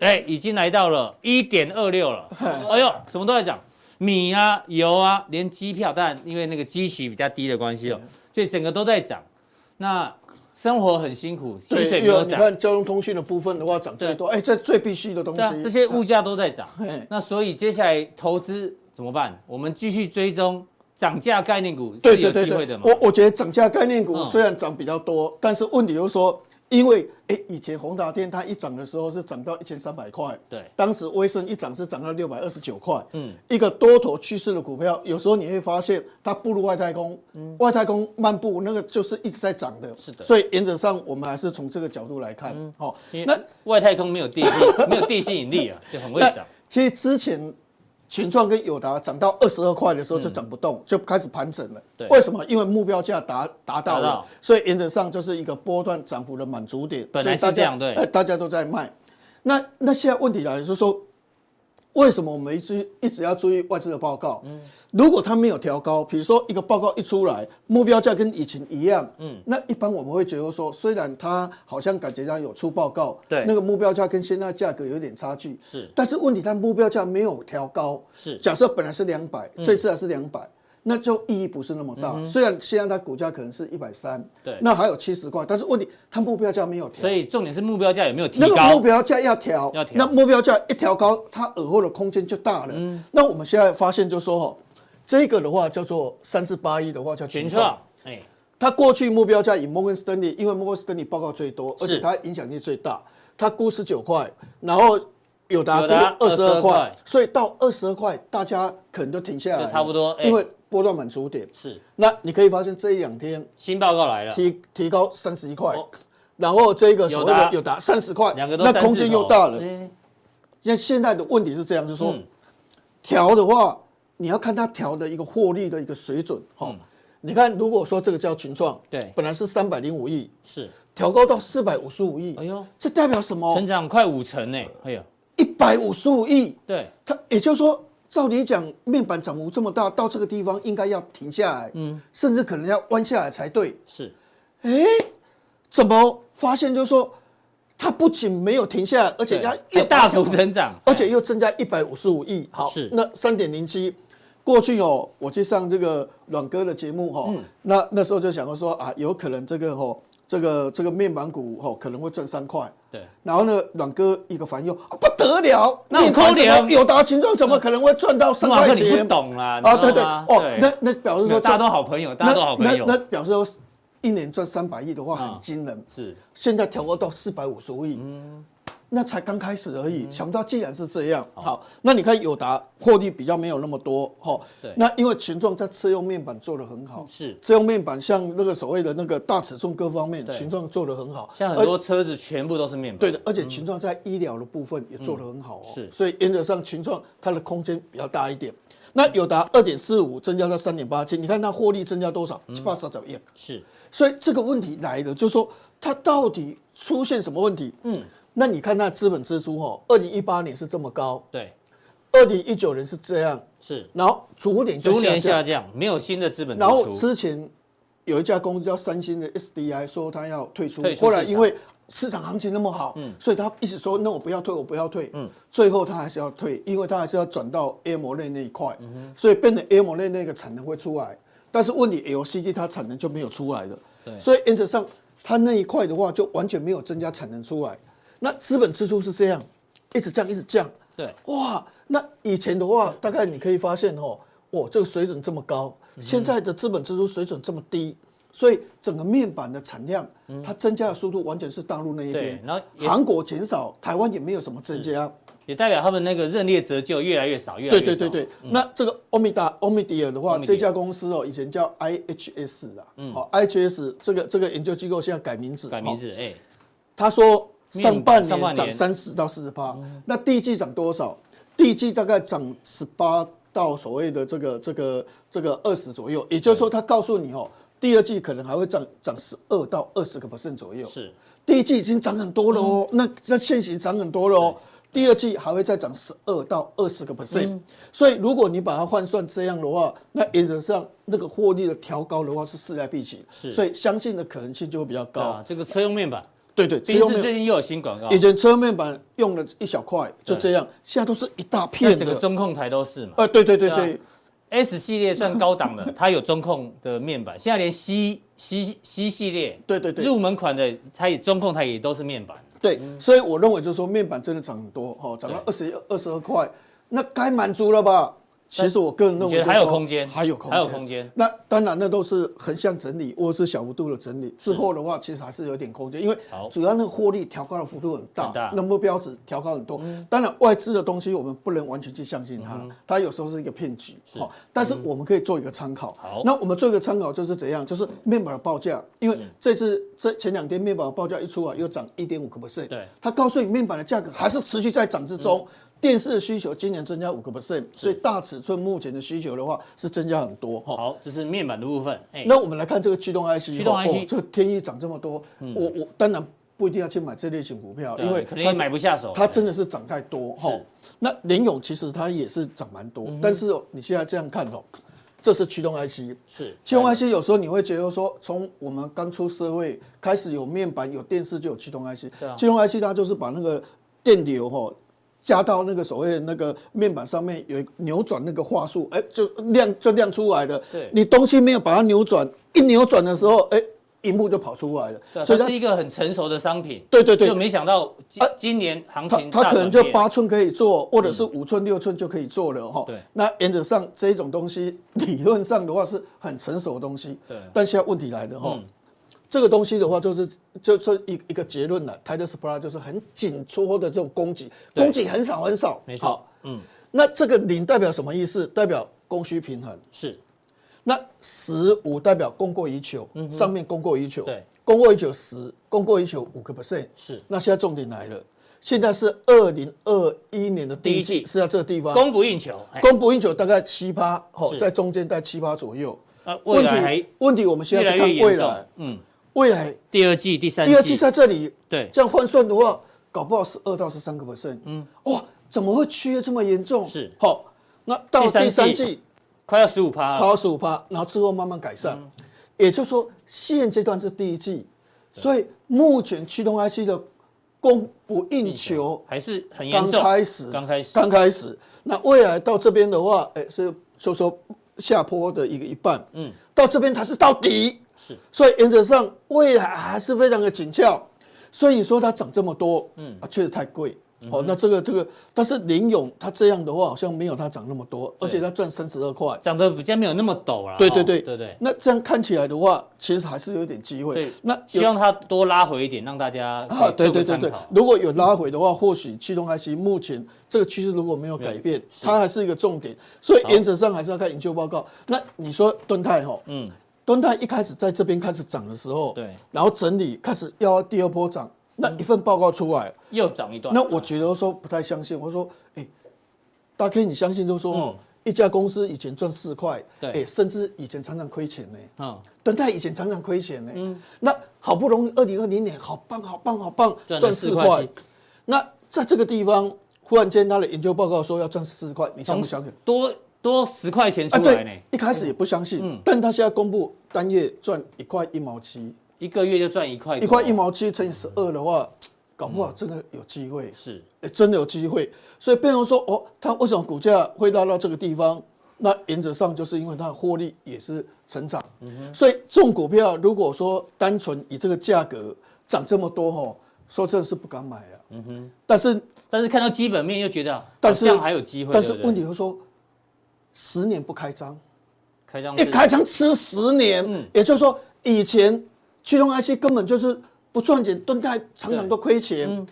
[SPEAKER 1] 哎，已经来到了一点二六了。哎呦，什么都在涨，米啊、油啊，连机票，但因为那个基期比较低的关系哦，所以整个都在涨。那生活很辛苦，薪
[SPEAKER 3] 对，
[SPEAKER 1] 水没
[SPEAKER 3] 因
[SPEAKER 1] 有
[SPEAKER 3] 为你
[SPEAKER 1] 涨，
[SPEAKER 3] 看交通通讯的部分的话，涨最多。哎，这最必须的东
[SPEAKER 1] 对啊，
[SPEAKER 3] 西。
[SPEAKER 1] 这些物价都
[SPEAKER 3] (laughs)
[SPEAKER 1] 在涨。
[SPEAKER 3] 嘿
[SPEAKER 1] 那所以接下来投资怎么办？我们继续追踪涨价概念股
[SPEAKER 3] 对
[SPEAKER 1] 是有
[SPEAKER 3] 对
[SPEAKER 1] 机
[SPEAKER 3] 对
[SPEAKER 1] 会
[SPEAKER 3] 对
[SPEAKER 1] 的，嘛？
[SPEAKER 3] 我我觉得涨价概念股
[SPEAKER 1] 嗯
[SPEAKER 3] 虽然涨比较多，但是问题就是说，因为哎、以前宏达电它一涨的时候是涨到一千三百块，
[SPEAKER 1] 对
[SPEAKER 3] 当时威盛一涨是涨到六百二十九块，嗯，一个多头趋势的股票，有时候你会发现它步入外太空，外太空漫步那个就是一直在涨的，
[SPEAKER 1] 嗯是的嗯
[SPEAKER 3] 所以原则上我们还是从这个角度来看，好、
[SPEAKER 1] 因
[SPEAKER 3] 那
[SPEAKER 1] 为外太空没有
[SPEAKER 3] (laughs)
[SPEAKER 1] 地吸，没有地吸引力啊，就很会
[SPEAKER 3] 那
[SPEAKER 1] 涨。
[SPEAKER 3] 其实之前群创跟友达涨到二十二块的时候就涨不动，就开始盘整了。
[SPEAKER 1] 嗯对
[SPEAKER 3] 为什么？因为目标价达达到
[SPEAKER 1] 达
[SPEAKER 3] 了
[SPEAKER 1] 到，
[SPEAKER 3] 所以原则上就是一个波段涨幅的满足点。
[SPEAKER 1] 本来是
[SPEAKER 3] 所以大家
[SPEAKER 1] 这样对
[SPEAKER 3] 呃大家都在卖。那那现在问题来了，就是说。为什么我们一直一直要注意外资的报告？
[SPEAKER 1] 嗯
[SPEAKER 3] 如果它没有调高，比如说一个报告一出来，目标价跟以前一样，
[SPEAKER 1] 嗯
[SPEAKER 3] 那一般我们会觉得说，虽然它好像感觉上有出报告，
[SPEAKER 1] 对
[SPEAKER 3] 那个目标价跟现在价格有点差距，
[SPEAKER 1] 是
[SPEAKER 3] 但是问题它目标价没有调高，
[SPEAKER 1] 是
[SPEAKER 3] 假设本来是两百、
[SPEAKER 1] 嗯
[SPEAKER 3] 这次还是两百。那就意义不是那么大，虽然现在它股价可能是一百三，
[SPEAKER 1] 对
[SPEAKER 3] 那还有七十块，但是问题它目标价没有调，
[SPEAKER 1] 所以重点是目标价有没有提
[SPEAKER 3] 那个目
[SPEAKER 1] 高？
[SPEAKER 3] 标价要调，
[SPEAKER 1] 要调
[SPEAKER 3] 那目标价一调高，它耳后的空间就大了。
[SPEAKER 1] 嗯
[SPEAKER 3] 那我们现在发现就说哦，这个的话叫做三四八一的话叫
[SPEAKER 1] 全
[SPEAKER 3] 群创
[SPEAKER 1] 创，，哎，
[SPEAKER 3] 它过去目标价以摩根斯丹利，因为摩根斯丹利报告最多，
[SPEAKER 1] 是
[SPEAKER 3] 而且它影响力最大，它估十九块，然后友达
[SPEAKER 1] 友
[SPEAKER 3] 估
[SPEAKER 1] 达
[SPEAKER 3] 二十二
[SPEAKER 1] 22块
[SPEAKER 3] 块，所以到二十二块，大家可能都停下来了，
[SPEAKER 1] 就差不多哎
[SPEAKER 3] 因为波段满足点。
[SPEAKER 1] 是
[SPEAKER 3] 那你可以发现这一两天
[SPEAKER 1] 新报告来了，
[SPEAKER 3] 提提高三十一块
[SPEAKER 1] 哦，
[SPEAKER 3] 然后这个所谓
[SPEAKER 1] 友
[SPEAKER 3] 的
[SPEAKER 1] 达
[SPEAKER 3] 友达三十块，
[SPEAKER 1] 两个都
[SPEAKER 3] 那
[SPEAKER 1] 三字
[SPEAKER 3] 空间
[SPEAKER 1] 头
[SPEAKER 3] 又大了。
[SPEAKER 1] 哎
[SPEAKER 3] 现现在的问题是这样，就是说
[SPEAKER 1] 嗯
[SPEAKER 3] 调的话，你要看它调的一个获利的一个水准哈。齁你看，如果说这个叫群创，
[SPEAKER 1] 嗯对
[SPEAKER 3] 本来是三百零五亿，
[SPEAKER 1] 是
[SPEAKER 3] 调高到四百五十五亿，
[SPEAKER 1] 哎呦
[SPEAKER 3] 这代表什么
[SPEAKER 1] 成？长快五成呢，哎呦，
[SPEAKER 3] 一百五十五亿，
[SPEAKER 1] 对，
[SPEAKER 3] 它也就是说，照理讲，面板涨幅这么大，到这个地方应该要停下来，
[SPEAKER 1] 嗯
[SPEAKER 3] 甚至可能要弯下来才对。
[SPEAKER 1] 是
[SPEAKER 3] 哎，怎么发现就是说，它不仅没有停下来，而且
[SPEAKER 1] 对
[SPEAKER 3] 它
[SPEAKER 1] 还
[SPEAKER 3] 越
[SPEAKER 1] 大幅成长，
[SPEAKER 3] 而且又增加一百五十五亿。好
[SPEAKER 1] 是，
[SPEAKER 3] 那三点零七，过去哦，我去上这个阮哥的节目哈、
[SPEAKER 1] 嗯
[SPEAKER 3] 哦，那那时候就想到说啊，有可能这个哦，这个这个面板股哦可能会赚三块。
[SPEAKER 1] 对，
[SPEAKER 3] 然后呢，阮哥一个反应、啊不得了，
[SPEAKER 1] 那有
[SPEAKER 3] 面板
[SPEAKER 1] 扣点
[SPEAKER 3] 怎么有达群众怎么可能会赚到三
[SPEAKER 1] 马
[SPEAKER 3] 块
[SPEAKER 1] 克你
[SPEAKER 3] 钱？
[SPEAKER 1] 不懂啦，
[SPEAKER 3] 啊，
[SPEAKER 1] 你
[SPEAKER 3] 对
[SPEAKER 1] 知
[SPEAKER 3] 对，
[SPEAKER 1] 道吗
[SPEAKER 3] 哦，那那表示
[SPEAKER 1] 没
[SPEAKER 3] 说
[SPEAKER 1] 有大家
[SPEAKER 3] 这
[SPEAKER 1] 都好朋友，大家都好朋友
[SPEAKER 3] 那，那表示说一年赚三百亿的话
[SPEAKER 1] 嗯
[SPEAKER 3] 很惊人。
[SPEAKER 1] 是
[SPEAKER 3] 现在调高到四百五十五亿，
[SPEAKER 1] 嗯
[SPEAKER 3] 那才刚开始而已。想不到竟然是这样。好，那你看友达获利比较没有那么多，哈
[SPEAKER 1] 对，嗯
[SPEAKER 3] 那因为群众在车用面板做得很好，
[SPEAKER 1] 是，
[SPEAKER 3] 车用面板像那个所谓的那个大尺寸各方面，
[SPEAKER 1] 对
[SPEAKER 3] 群众做得很好，
[SPEAKER 1] 像很多车子全部都是面板，
[SPEAKER 3] 呃对的，而且群创在医疗的部分也做得很好哦，
[SPEAKER 1] 嗯是
[SPEAKER 3] 所以原则上群创它的空间比较大一点。那友达二点四五增加到三点八七，你看它获利增加多少？七八十九亿。
[SPEAKER 1] 是
[SPEAKER 3] 所以这个问题来了，就是说它到底出现什么问题？嗯，那你看它的资本支出哦，二零一八年是这么高，
[SPEAKER 1] 对，
[SPEAKER 3] 二零一九年是这样，
[SPEAKER 1] 是
[SPEAKER 3] 然后逐年就
[SPEAKER 1] 逐年
[SPEAKER 3] 下
[SPEAKER 1] 下
[SPEAKER 3] 降，
[SPEAKER 1] 降，没有新的资本支
[SPEAKER 3] 然后
[SPEAKER 1] 出，
[SPEAKER 3] 之前有一家公司叫三星的 SDI 说它要退出
[SPEAKER 1] 退，出
[SPEAKER 3] 后来
[SPEAKER 1] 市场嗯
[SPEAKER 3] 因为市场行情那么好，所以他一直说那我不要退，我不要退，嗯，最后他还是要退，因为他还是要转到 AMOLED E 那一块，
[SPEAKER 1] 嗯
[SPEAKER 3] 所以变成 AMOLED E 那个产能会出来，但是问题 LCD 它产能就没有出来了，所以原则上它那一块的话就完全没有增加产能出来，那资本支出是这样，一直降一直降，
[SPEAKER 1] 对，
[SPEAKER 3] 哇，那以前的话，大概你可以发现哦，哇，这个水准这么高，
[SPEAKER 1] 嗯
[SPEAKER 3] 现在的资本支出水准这么低，所以整个面板的产量，它增加的速度完全是大陆那一边
[SPEAKER 1] 嗯对，然后也
[SPEAKER 3] 韩国减少，台湾也没有什么增加。
[SPEAKER 1] 也代表他们那个认列折旧越来越少，越来
[SPEAKER 3] 对
[SPEAKER 1] 越
[SPEAKER 3] 对
[SPEAKER 1] 少，嗯
[SPEAKER 3] 对对，那这个欧米达欧米迪尔的话，
[SPEAKER 1] Omidea
[SPEAKER 3] 这家公司哦，以前叫 IHS 啦，哦好 IHS 这个这个研究机构现在改名字，
[SPEAKER 1] 嗯改名字，哎，
[SPEAKER 3] 他说上半
[SPEAKER 1] 上半
[SPEAKER 3] 年涨
[SPEAKER 1] 年嗯
[SPEAKER 3] 三十到四十八，那第一季涨多少？第一季大概涨十八到所谓的这个这个这个二十左右，也就是说，他告诉你哦，第二季可能还会涨涨十二到二十个 percent 左右。
[SPEAKER 1] 是
[SPEAKER 3] 第一季已经涨很多了
[SPEAKER 1] 嗯
[SPEAKER 3] 哦，那那现行涨很多了哦。第二季还会再涨十二到二十个 percent，所
[SPEAKER 1] 嗯
[SPEAKER 3] 以如果你把它换算这样的话，那原则上那个获利的调高的话是势在必行，
[SPEAKER 1] 是
[SPEAKER 3] 所以相信的可能性就会比较
[SPEAKER 1] 对啊
[SPEAKER 3] 高。，
[SPEAKER 1] 这个车用面板，
[SPEAKER 3] 对对，只
[SPEAKER 1] 宾
[SPEAKER 3] 有没
[SPEAKER 1] 士
[SPEAKER 3] 有
[SPEAKER 1] 最近又有新广告，
[SPEAKER 3] 以前车面板用了一小块，就
[SPEAKER 1] 对
[SPEAKER 3] 这样，现在都是一大
[SPEAKER 1] 那
[SPEAKER 3] 片
[SPEAKER 1] 整个
[SPEAKER 3] 的。
[SPEAKER 1] 中控台都是嘛
[SPEAKER 3] 呃，对对对
[SPEAKER 1] 对
[SPEAKER 3] 对
[SPEAKER 1] 啊，，S 系列算高档的，它有中控的面板， (laughs) 现在连 C C C 系列，
[SPEAKER 3] 对对对
[SPEAKER 1] 入门款的它也中控台也都是面板，
[SPEAKER 3] 对，
[SPEAKER 1] 嗯
[SPEAKER 3] 所以我认为就是说面板真的涨很多，哦，涨到二十二十二块，那该满足了吧？其实我个人认
[SPEAKER 1] 你觉
[SPEAKER 3] 为
[SPEAKER 1] 得还有
[SPEAKER 3] 就是说
[SPEAKER 1] 空间
[SPEAKER 3] 还有空
[SPEAKER 1] 还
[SPEAKER 3] 间，
[SPEAKER 1] 有空间。
[SPEAKER 3] 那当然，那都是横向整理或者是小幅度的整理。之后的话，其实还是有点空间，因为
[SPEAKER 1] 好
[SPEAKER 3] 主要那个获利调高的幅度很大，
[SPEAKER 1] 很大嗯
[SPEAKER 3] 那目标值调高很多。当然，外资的东西我们不能完全去相信它，它有时候是一个骗局。好，但是我们可以做一个参考。
[SPEAKER 1] 嗯好
[SPEAKER 3] 那我们做一个参考就是怎样？就是面板的报价，因为这次这前两天面板的报价一出来，又涨一点五个 percent。
[SPEAKER 1] 对嗯
[SPEAKER 3] 它告诉你面板的价格还是持续在涨之中。电视的需求今年增加五个 percent，所以大尺寸目前的需求的话是增加很多哦哈。
[SPEAKER 1] 好，这是面板的部分。哎，
[SPEAKER 3] 那我们来看这个驱动 IC，
[SPEAKER 1] 驱动 IC
[SPEAKER 3] 哦这个天意涨这么多，我我当然不一定要去买这类型股票，
[SPEAKER 1] 对啊
[SPEAKER 3] 因为
[SPEAKER 1] 可能也
[SPEAKER 3] 它是
[SPEAKER 1] 买不下手。
[SPEAKER 3] 它真的是涨太多哈
[SPEAKER 1] 是。嗯
[SPEAKER 3] 那联勇其实它也是涨蛮多，但是哦你现在这样看哦，这是驱动 IC，
[SPEAKER 1] 是
[SPEAKER 3] 驱动 IC 有时候你会觉得说，从我们刚出社会开始有面板、有电视就有驱动 IC，
[SPEAKER 1] 对啊
[SPEAKER 3] 驱动 IC 它就是把那个电流哈。加到那个所谓的那个面板上面有一个扭转那个话术，哎、就亮就亮出来了。
[SPEAKER 1] 对
[SPEAKER 3] 你东西没有把它扭转，一扭转的时候，哎、荧幕就跑出来了。
[SPEAKER 1] 对啊，
[SPEAKER 3] 所以
[SPEAKER 1] 它
[SPEAKER 3] 它
[SPEAKER 1] 是一个很成熟的商品。
[SPEAKER 3] 对对对
[SPEAKER 1] 就没想到今
[SPEAKER 3] 啊
[SPEAKER 1] 今年行
[SPEAKER 3] 它
[SPEAKER 1] 情
[SPEAKER 3] 它
[SPEAKER 1] 大
[SPEAKER 3] 可能
[SPEAKER 1] 转
[SPEAKER 3] 就
[SPEAKER 1] 变。嗯
[SPEAKER 3] 八寸可以做，或者是五寸、六寸就可以做了哈。
[SPEAKER 1] 对
[SPEAKER 3] 那原则上这种东西理论上的话是很成熟的东西，
[SPEAKER 1] 对
[SPEAKER 3] 但现在问题来了哈
[SPEAKER 1] 嗯。
[SPEAKER 3] 这个东西的话，就是就是一一个结论了。Tight supply 就是很紧缩的这种供给，
[SPEAKER 1] 对
[SPEAKER 3] 供给很少很少。
[SPEAKER 1] 没错
[SPEAKER 3] 好，，
[SPEAKER 1] 嗯，
[SPEAKER 3] 那这个零代表什么意思？代表供需平衡。
[SPEAKER 1] 是
[SPEAKER 3] 那十五代表供过于求，上面供过于求，
[SPEAKER 1] 嗯对，
[SPEAKER 3] 供过于求十，供过于求五个 percent，
[SPEAKER 1] 是
[SPEAKER 3] 那现在重点来了，现在是二零二一年的第一
[SPEAKER 1] 第一
[SPEAKER 3] 季
[SPEAKER 1] 季
[SPEAKER 3] 是在这个地方，
[SPEAKER 1] 供不应求。哎
[SPEAKER 3] 供不应求大概七八，哦，
[SPEAKER 1] 是
[SPEAKER 3] 在中间在七八左右。
[SPEAKER 1] 啊，未
[SPEAKER 3] 问
[SPEAKER 1] 来还
[SPEAKER 3] 题问题我们现
[SPEAKER 1] 越
[SPEAKER 3] 在
[SPEAKER 1] 来
[SPEAKER 3] 是看
[SPEAKER 1] 越
[SPEAKER 3] 未
[SPEAKER 1] 严
[SPEAKER 3] 来
[SPEAKER 1] 重，。嗯，
[SPEAKER 3] 未来
[SPEAKER 1] 第二季、第三季，
[SPEAKER 3] 第二季在这里，
[SPEAKER 1] 对，
[SPEAKER 3] 这样换算的话，搞不好是二到十三个 percent。嗯，哇，怎么会缺这么严重？
[SPEAKER 1] 是
[SPEAKER 3] 好，那到
[SPEAKER 1] 第三
[SPEAKER 3] 第三
[SPEAKER 1] 季嗯
[SPEAKER 3] 季
[SPEAKER 1] 快要十五趴
[SPEAKER 3] 超
[SPEAKER 1] 了。
[SPEAKER 3] 过十五趴，然后之后慢慢改善。也就是说，现阶段是第一季，所以目前驱动 IC 的供不应求
[SPEAKER 1] 还是很严
[SPEAKER 3] 刚
[SPEAKER 1] 重。
[SPEAKER 3] 开始，
[SPEAKER 1] 刚开始，
[SPEAKER 3] 刚开始。那未来到这边的话，哎，是说说下坡的一个一半，嗯，到这边它是到底，
[SPEAKER 1] 是
[SPEAKER 3] 所以原则上未来还是非常的紧俏。所以你说它涨这么多，嗯，啊，确实太贵。
[SPEAKER 1] 嗯
[SPEAKER 3] 哦，那这个这个，但是林勇它这样的话，好像没有它涨那么多，而且它赚三十二块，
[SPEAKER 1] 涨得比较没有那么陡了。
[SPEAKER 3] 对
[SPEAKER 1] 哦
[SPEAKER 3] 对对
[SPEAKER 1] 对对。
[SPEAKER 3] 那这样看起来的话，其实还是有一点机
[SPEAKER 1] 所
[SPEAKER 3] 会
[SPEAKER 1] 以。
[SPEAKER 3] 那
[SPEAKER 1] 希
[SPEAKER 3] 有
[SPEAKER 1] 望它多拉回一点，让大家可以
[SPEAKER 3] 啊，对
[SPEAKER 1] 做个
[SPEAKER 3] 对对
[SPEAKER 1] 参
[SPEAKER 3] 对
[SPEAKER 1] 考，
[SPEAKER 3] 如果有拉回的话，或许驱动 IC 目前这个趋势如果没有改
[SPEAKER 1] 嗯
[SPEAKER 3] 变，它还是一个重点。所以原则上还是要看研究报告。那你说敦泰哈，嗯，敦泰一开始在这边开始涨的时候，
[SPEAKER 1] 对，
[SPEAKER 3] 然后整理开始要第二波涨，那
[SPEAKER 1] 嗯
[SPEAKER 3] 一份报告出来，
[SPEAKER 1] 又涨一段。
[SPEAKER 3] 那我觉得说不太相信，我说，哎、大 K 你相信就说哦，一家公司以前赚四块，
[SPEAKER 1] 嗯对
[SPEAKER 3] 哎、甚至以前常常亏钱呢、
[SPEAKER 1] 嗯，
[SPEAKER 3] 敦泰以前常常亏钱呢、那好不容易二零二零年好棒好棒好棒
[SPEAKER 1] 赚了四块七，
[SPEAKER 3] 那在这个地方忽然间他的研究报告说要赚四块，你相
[SPEAKER 1] 从
[SPEAKER 3] 不相信？
[SPEAKER 1] 多多十块钱
[SPEAKER 3] 啊，
[SPEAKER 1] 出来呢嗯
[SPEAKER 3] 对，，一开始也不相信，但他现在公布单月赚一块一毛七，
[SPEAKER 1] 一个月就赚一块多，
[SPEAKER 3] 一块一毛七乘以十二的话，
[SPEAKER 1] 嗯
[SPEAKER 3] 搞不好真的有机会，
[SPEAKER 1] 是
[SPEAKER 3] 哎真的有机会。所以变成说，哦，它为什么股价会拉到这个地方？那原则上就是因为它的获利也是成长，
[SPEAKER 1] 嗯
[SPEAKER 3] 所以这种股票如果说单纯以这个价格涨这么多吼，说真的是不敢买啊。
[SPEAKER 1] 嗯
[SPEAKER 3] 但是
[SPEAKER 1] 但是看到基本面又觉得好
[SPEAKER 3] 但是
[SPEAKER 1] 像还有机会，
[SPEAKER 3] 但是
[SPEAKER 1] 对不对
[SPEAKER 3] 问题是说，十年不开张，
[SPEAKER 1] 开张
[SPEAKER 3] 一
[SPEAKER 1] 是
[SPEAKER 3] 开张吃十年，
[SPEAKER 1] 嗯
[SPEAKER 3] 也就是说以前驱动 IC 根本就是不赚钱，盾泰常常都亏钱。
[SPEAKER 1] 嗯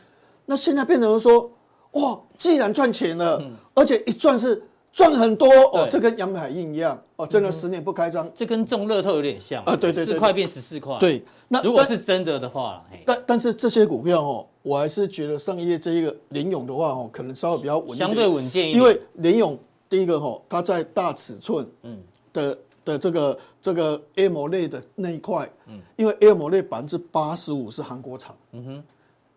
[SPEAKER 3] 那现在变成说，哇，既然赚钱了，而且一赚是赚很多哦，
[SPEAKER 1] 嗯对嗯
[SPEAKER 3] 这跟杨海印一样哦，真的十年不开张。
[SPEAKER 1] 这跟中乐透有点像
[SPEAKER 3] 啊对对对对
[SPEAKER 1] 四块变十四块，，
[SPEAKER 3] 对，那
[SPEAKER 1] 啊如果
[SPEAKER 3] 但
[SPEAKER 1] 是真的的话啦，嘿
[SPEAKER 3] 但但是这些股票哦，我还是觉得上一页这一个联勇的话哦，可能稍微比较稳一点，
[SPEAKER 1] 相对稳健一
[SPEAKER 3] 因
[SPEAKER 1] 点，
[SPEAKER 3] 为联勇第一个吼，它在大尺寸的、的这个这个 AMO 类 E 的那一块，因为 AMO 类 E 百分之八十五是韩国厂，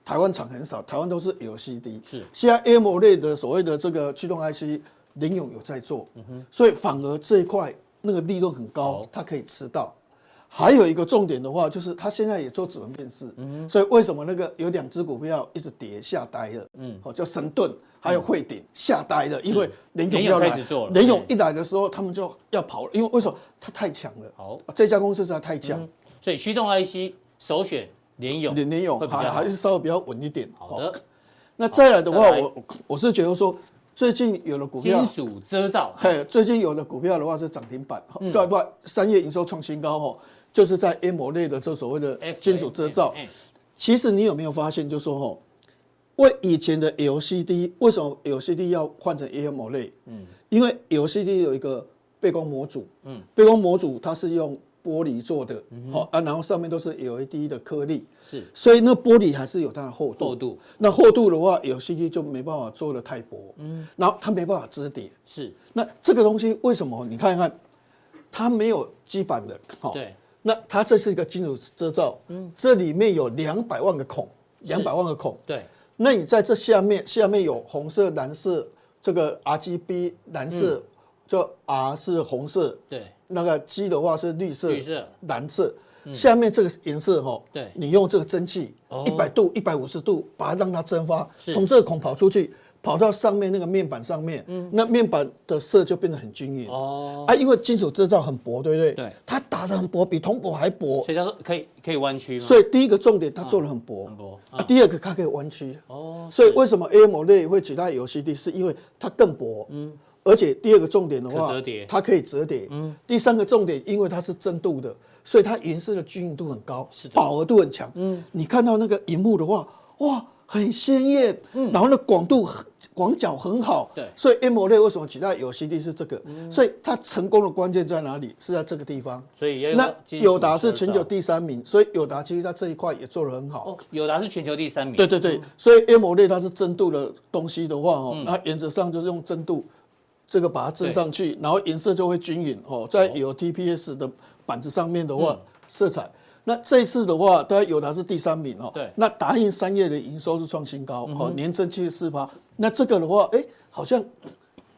[SPEAKER 3] 台湾厂很少，台湾都是 LCD，
[SPEAKER 1] 是
[SPEAKER 3] 现在 AMO 类的所谓的这个驱动 IC，联勇有在做，所以反而这一块那个利润很高
[SPEAKER 1] 好，
[SPEAKER 3] 它可以吃到。还有一个重点的话，就是它现在也做指纹辨识，
[SPEAKER 1] 嗯
[SPEAKER 3] 所以为什么那个有两只股票一直跌下呆了？嗯，哦，叫神盾还有汇
[SPEAKER 1] 嗯
[SPEAKER 3] 顶下呆了，因为联
[SPEAKER 1] 联
[SPEAKER 3] 勇
[SPEAKER 1] 咏
[SPEAKER 3] 要来
[SPEAKER 1] 开始做了
[SPEAKER 3] 联勇
[SPEAKER 1] 嗯
[SPEAKER 3] 一来的时候，他们就要跑了，因为为什么它太强了？哦
[SPEAKER 1] 好，嗯
[SPEAKER 3] 这家公司实在太强，
[SPEAKER 1] 所以驱动 IC 首选联咏，
[SPEAKER 3] 联联勇
[SPEAKER 1] 会比较
[SPEAKER 3] 还
[SPEAKER 1] 好
[SPEAKER 3] 还是稍微比较稳一点。哦
[SPEAKER 1] 好的，
[SPEAKER 3] 那再来的
[SPEAKER 1] 好
[SPEAKER 3] 话，
[SPEAKER 1] 再来
[SPEAKER 3] 我我是觉得说，最近有的股票
[SPEAKER 1] 金，属遮
[SPEAKER 3] (laughs)
[SPEAKER 1] 罩，
[SPEAKER 3] 嘿，最近有的股票的话是涨停板，对不？三月营收创新高哦，就是在 A 模 E 类的这所谓的
[SPEAKER 1] FA
[SPEAKER 3] 金属遮罩。
[SPEAKER 1] 哎哎
[SPEAKER 3] 其实你有没有发现，就说吼，为以前的 LCD 为什么 LCD 要换成 AMO 类？嗯，因为 LCD 有一个背光模组，嗯，背光模组它是用玻璃做的，好、啊，然后上面都是 LED 的颗粒，
[SPEAKER 1] 是
[SPEAKER 3] 所以那玻璃还是有它的厚度。
[SPEAKER 1] 厚度
[SPEAKER 3] 那厚度的话，LCD 就没办法做的太薄，嗯，然后它没办法支叠。
[SPEAKER 1] 是，
[SPEAKER 3] 那这个东西为什么？你看看，它没有基板的，好、
[SPEAKER 1] 对，
[SPEAKER 3] 那它这是一个金属遮罩，这里面有两百万个孔，两百万个孔。
[SPEAKER 1] 对，
[SPEAKER 3] 那你在这下面，下面有红色、蓝色，这个 RGB 蓝色，就 R 是红色，
[SPEAKER 1] 对，
[SPEAKER 3] 那个 G 的话是绿色，
[SPEAKER 1] 绿色
[SPEAKER 3] 蓝色。下面这个颜色哈，
[SPEAKER 1] 嗯对
[SPEAKER 3] 你用这个蒸汽
[SPEAKER 1] 哦
[SPEAKER 3] 一百度、一百五十度，把它让它蒸发，
[SPEAKER 1] 是
[SPEAKER 3] 从这个孔跑出去，跑到上面那个面板上面，那面板的色就变得很均匀。
[SPEAKER 1] 嗯哦，
[SPEAKER 3] 啊，因为金属制造很薄，对不对？
[SPEAKER 1] 对
[SPEAKER 3] 它打得很薄，比铜箔还薄。
[SPEAKER 1] 所以他说可以可以弯曲吗？哦
[SPEAKER 3] 所以第一个重点，它做得很薄。
[SPEAKER 1] 很薄嗯
[SPEAKER 3] 啊，第二个它可以弯曲。
[SPEAKER 1] 哦，
[SPEAKER 3] 所以为什么 AMO 类会取代 LCD，是因为它更薄。嗯。而且第二个重点的话，
[SPEAKER 1] 可折叠
[SPEAKER 3] 它可以折叠。嗯。第三个重点，因为它是真度的，所以它颜色的均匀度很高，
[SPEAKER 1] 是的
[SPEAKER 3] 饱和度很强。嗯。你看到那个荧幕的话，哇，很鲜艳。嗯。然后呢，广度很广角很好。
[SPEAKER 1] 对嗯
[SPEAKER 3] 所以 AMO 类为什么取代 LCD 是这个？所以它成功的关键在哪里？是在这个地方。
[SPEAKER 1] 所以也有
[SPEAKER 3] 那
[SPEAKER 1] 金属
[SPEAKER 3] 友达是
[SPEAKER 1] 遮
[SPEAKER 3] 全
[SPEAKER 1] 罩
[SPEAKER 3] 球第三名，所以友达其实在这一块也做得很好。
[SPEAKER 1] 哦，友达是全球第三名，
[SPEAKER 3] 对对对，所以 M 类它是真度的东西的话
[SPEAKER 1] 嗯
[SPEAKER 3] 哦，那原则上就是用真度这个把它蒸上去，然后颜色就会均匀哦。在有 TPS 的板子上面的
[SPEAKER 1] 嗯
[SPEAKER 3] 话，色彩。那这一次的话，大家友达是第三名哦。
[SPEAKER 1] 对嗯
[SPEAKER 3] 那达印三月的营收是创新高哦，年增七十四趴。那这个的话，哎，好像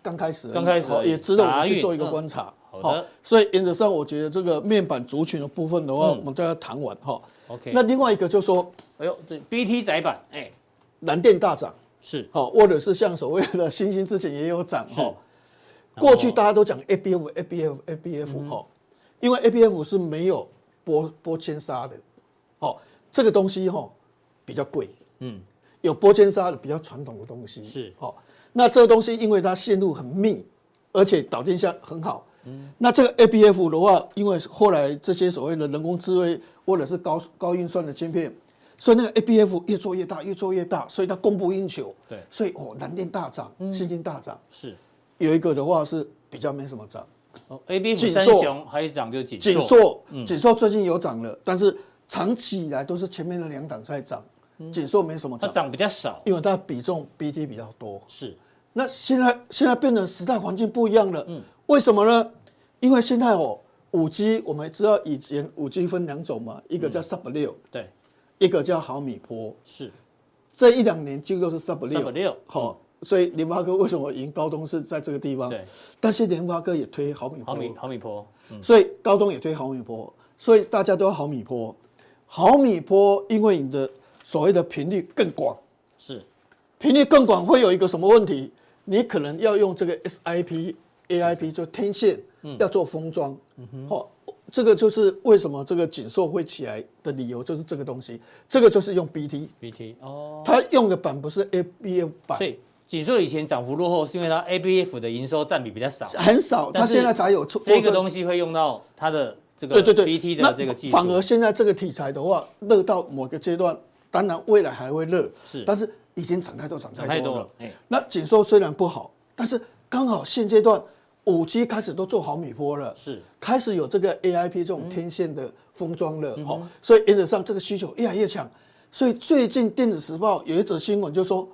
[SPEAKER 3] 刚开始而已，
[SPEAKER 1] 刚开始
[SPEAKER 3] 哦
[SPEAKER 1] 而已
[SPEAKER 3] 也值得我
[SPEAKER 1] 达
[SPEAKER 3] 们
[SPEAKER 1] 运
[SPEAKER 3] 去做一个
[SPEAKER 1] 嗯
[SPEAKER 3] 观察。
[SPEAKER 1] 好的
[SPEAKER 3] 哦所以原则上，我觉得这个面板族群的部分的话，我们都要谈完哈。
[SPEAKER 1] 嗯 OK
[SPEAKER 3] 那另外一个就是说，
[SPEAKER 1] 哎呦，这 BT 窄板，哎，
[SPEAKER 3] 南电大涨。
[SPEAKER 1] 是哦
[SPEAKER 3] 好，或者是像所谓的星星之前也有涨
[SPEAKER 1] 是
[SPEAKER 3] 哈。过去大家都讲 ABF ABF
[SPEAKER 1] 嗯
[SPEAKER 3] ABF 哈，因为 ABF 是没有玻玻纤纱的，哦，这个东西哈比较贵，
[SPEAKER 1] 嗯，
[SPEAKER 3] 有玻纤纱的比较传统的东西
[SPEAKER 1] 是
[SPEAKER 3] 哦。那这个东西因为它线路很密，而且导电下很好。
[SPEAKER 1] 嗯
[SPEAKER 3] 那这个 ABF 的话，因为后来这些所谓的人工智慧或者是高高运算的晶片，所以那个 ABF 越做越大，越做越大，所以它供不应求。
[SPEAKER 1] 对嗯
[SPEAKER 3] 所以哦，南电大涨，新金大涨，
[SPEAKER 1] 是，
[SPEAKER 3] 有一个的话是比较没什么涨。
[SPEAKER 1] 哦，A B
[SPEAKER 3] 紧
[SPEAKER 1] 三
[SPEAKER 3] 缩
[SPEAKER 1] 雄还有一涨就紧
[SPEAKER 3] 锦
[SPEAKER 1] 缩，
[SPEAKER 3] 硕，锦硕最近有涨了，但是长期以来都是前面的两档在涨，锦硕没什么
[SPEAKER 1] 它
[SPEAKER 3] 涨，
[SPEAKER 1] 涨比较少，
[SPEAKER 3] 因为它的比重 BT 比较多。
[SPEAKER 1] 是
[SPEAKER 3] 那现在现在变成时代环境不一样了，为什么呢？因为现在哦，五 G 我们知道以前五 G 分两种嘛，一个叫 Sub 六、
[SPEAKER 1] 对，
[SPEAKER 3] 一个叫毫米波。
[SPEAKER 1] 是
[SPEAKER 3] 这一两年几乎都是 Sub 六
[SPEAKER 1] Sub 6
[SPEAKER 3] 好，所以联发科为什么赢高通是在这个地方？
[SPEAKER 1] 对，
[SPEAKER 3] 但是联发科也推毫米波，
[SPEAKER 1] 毫米毫米波，
[SPEAKER 3] 所以高通也推毫米波，所以大家都要毫米波。毫米波因为你的所谓的频率更广，
[SPEAKER 1] 是
[SPEAKER 3] 频率更广会有一个什么问题？你可能要用这个 SIP、AIP 就天线，
[SPEAKER 1] 嗯
[SPEAKER 3] 要做封装。好、这个就是为什么这个紧缩会起来的理由，就是这个东西。这个就是用 BT，
[SPEAKER 1] B T 哦，
[SPEAKER 3] 它用的版不是 ABF 版
[SPEAKER 1] 所，以锦硕以前涨幅落后是因为它 A B F 的营收占比比较少，
[SPEAKER 3] 很少，它
[SPEAKER 1] 但是
[SPEAKER 3] 现在才有出
[SPEAKER 1] 这个
[SPEAKER 3] 做
[SPEAKER 1] 东西会用到它的这个
[SPEAKER 3] 对对对
[SPEAKER 1] B T
[SPEAKER 3] 那
[SPEAKER 1] 的这个技术，
[SPEAKER 3] 反而现在这个题材的话，热到某个阶段，当然未来还会热，
[SPEAKER 1] 是
[SPEAKER 3] 但是已经涨太多，涨
[SPEAKER 1] 涨太
[SPEAKER 3] 太
[SPEAKER 1] 多
[SPEAKER 3] 多
[SPEAKER 1] 了
[SPEAKER 3] 了。，
[SPEAKER 1] 哎，
[SPEAKER 3] 那紧缩虽然不好，但是刚好现阶段五 G 开始都做毫米波了，
[SPEAKER 1] 是嗯
[SPEAKER 3] 开始有这个 AIP 这种天线的封装了，哈、所以原则上这个需求越来越强。所以最近电子时报有一则新闻就说，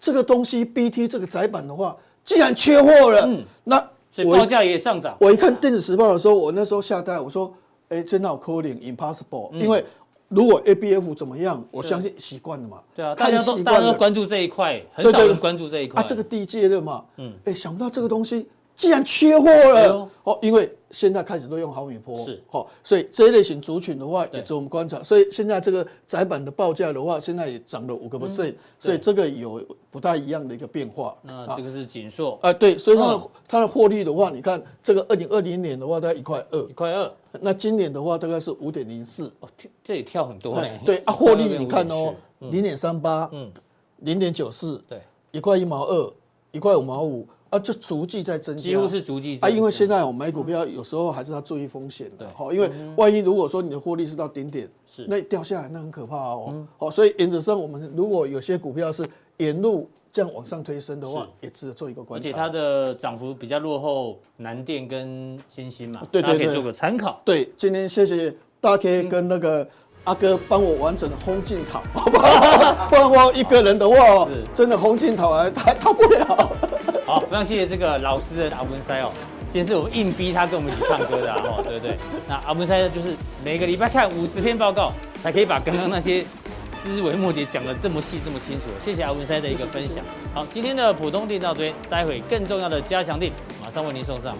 [SPEAKER 3] 这个东西 BT 这个窄板的话，既然缺货了，那
[SPEAKER 1] 嗯所以
[SPEAKER 3] 我一
[SPEAKER 1] 报价也上涨，
[SPEAKER 3] 我一看《电子时报》的时候，我那时候下单，我说：“哎、真好 calling impossible，、因
[SPEAKER 1] 嗯
[SPEAKER 3] 为如果 ABF 怎么样，我相信习惯了嘛。
[SPEAKER 1] 啊对啊，大
[SPEAKER 3] 看
[SPEAKER 1] 家都
[SPEAKER 3] 习
[SPEAKER 1] 大家
[SPEAKER 3] 惯
[SPEAKER 1] 都
[SPEAKER 3] 了
[SPEAKER 1] 关注这一块，很
[SPEAKER 3] 对
[SPEAKER 1] 少
[SPEAKER 3] 对
[SPEAKER 1] 人
[SPEAKER 3] 对
[SPEAKER 1] 关注这一块，
[SPEAKER 3] 啊，这个低阶的嘛，嗯，哎、想不到这个东西既然缺货了、
[SPEAKER 1] 哎呦
[SPEAKER 3] 哦，因为现在开始都用毫米波，
[SPEAKER 1] 是
[SPEAKER 3] 哦，所以这一类型族群的话，也值得我们观察。所以现在这个窄板的报价的话，现在也涨了五个
[SPEAKER 1] 嗯
[SPEAKER 3] percent，所以这个有不太一样的一个变化。
[SPEAKER 1] 那这个是锦硕
[SPEAKER 3] 啊，对，所以它的、
[SPEAKER 1] 嗯
[SPEAKER 3] 它的获利的话，你看这个二零二零年的话，大概一块二
[SPEAKER 1] 一，块二，
[SPEAKER 3] 那今年的话大概是五点零四，
[SPEAKER 1] 哦，跳这也跳很多嘞，
[SPEAKER 3] 对啊，
[SPEAKER 1] 1.2
[SPEAKER 3] 获利你
[SPEAKER 1] 变
[SPEAKER 3] 看
[SPEAKER 1] 5.4嗯
[SPEAKER 3] 哦，零点三八，嗯，零点九四，
[SPEAKER 1] 对，
[SPEAKER 3] 一块一毛二，一块五毛五啊，就逐季在增加，
[SPEAKER 1] 几乎是逐季增
[SPEAKER 3] 啊，因为现在我们买股票有时候还是要注意风险的，
[SPEAKER 1] 对嗯
[SPEAKER 3] 好，因为万一如果说你的获利是到顶点，
[SPEAKER 1] 是嗯
[SPEAKER 3] 那掉下来那很可怕哦，好，所以原则上我们如果有些股票是沿路这样往上推升的话
[SPEAKER 1] 是，
[SPEAKER 3] 也值得做一个
[SPEAKER 1] 而
[SPEAKER 3] 观察。
[SPEAKER 1] 且它的涨幅比较落后南电跟新兴嘛，
[SPEAKER 3] 对对
[SPEAKER 1] 大家可以
[SPEAKER 3] 对
[SPEAKER 1] 做个参考。
[SPEAKER 3] 对，今天谢谢大 K 跟那个阿哥帮我完整的烘镜讨，好不好？不然我一个人的话哦
[SPEAKER 1] 是，
[SPEAKER 3] 真的烘镜讨还还讨不了。
[SPEAKER 1] (laughs) 好，非常谢谢这个老师的阿文塞哦，今天是我们硬逼他跟我们一起唱歌的啊， (laughs) 哦，对不对？那阿文塞就是每个礼拜看五十篇报告，才可以把刚刚那些枝微末节讲得这么细这么清楚。谢谢阿文塞的一个分享。好，今天的浦东店到这边，待会更重要的加强店马上为您送上。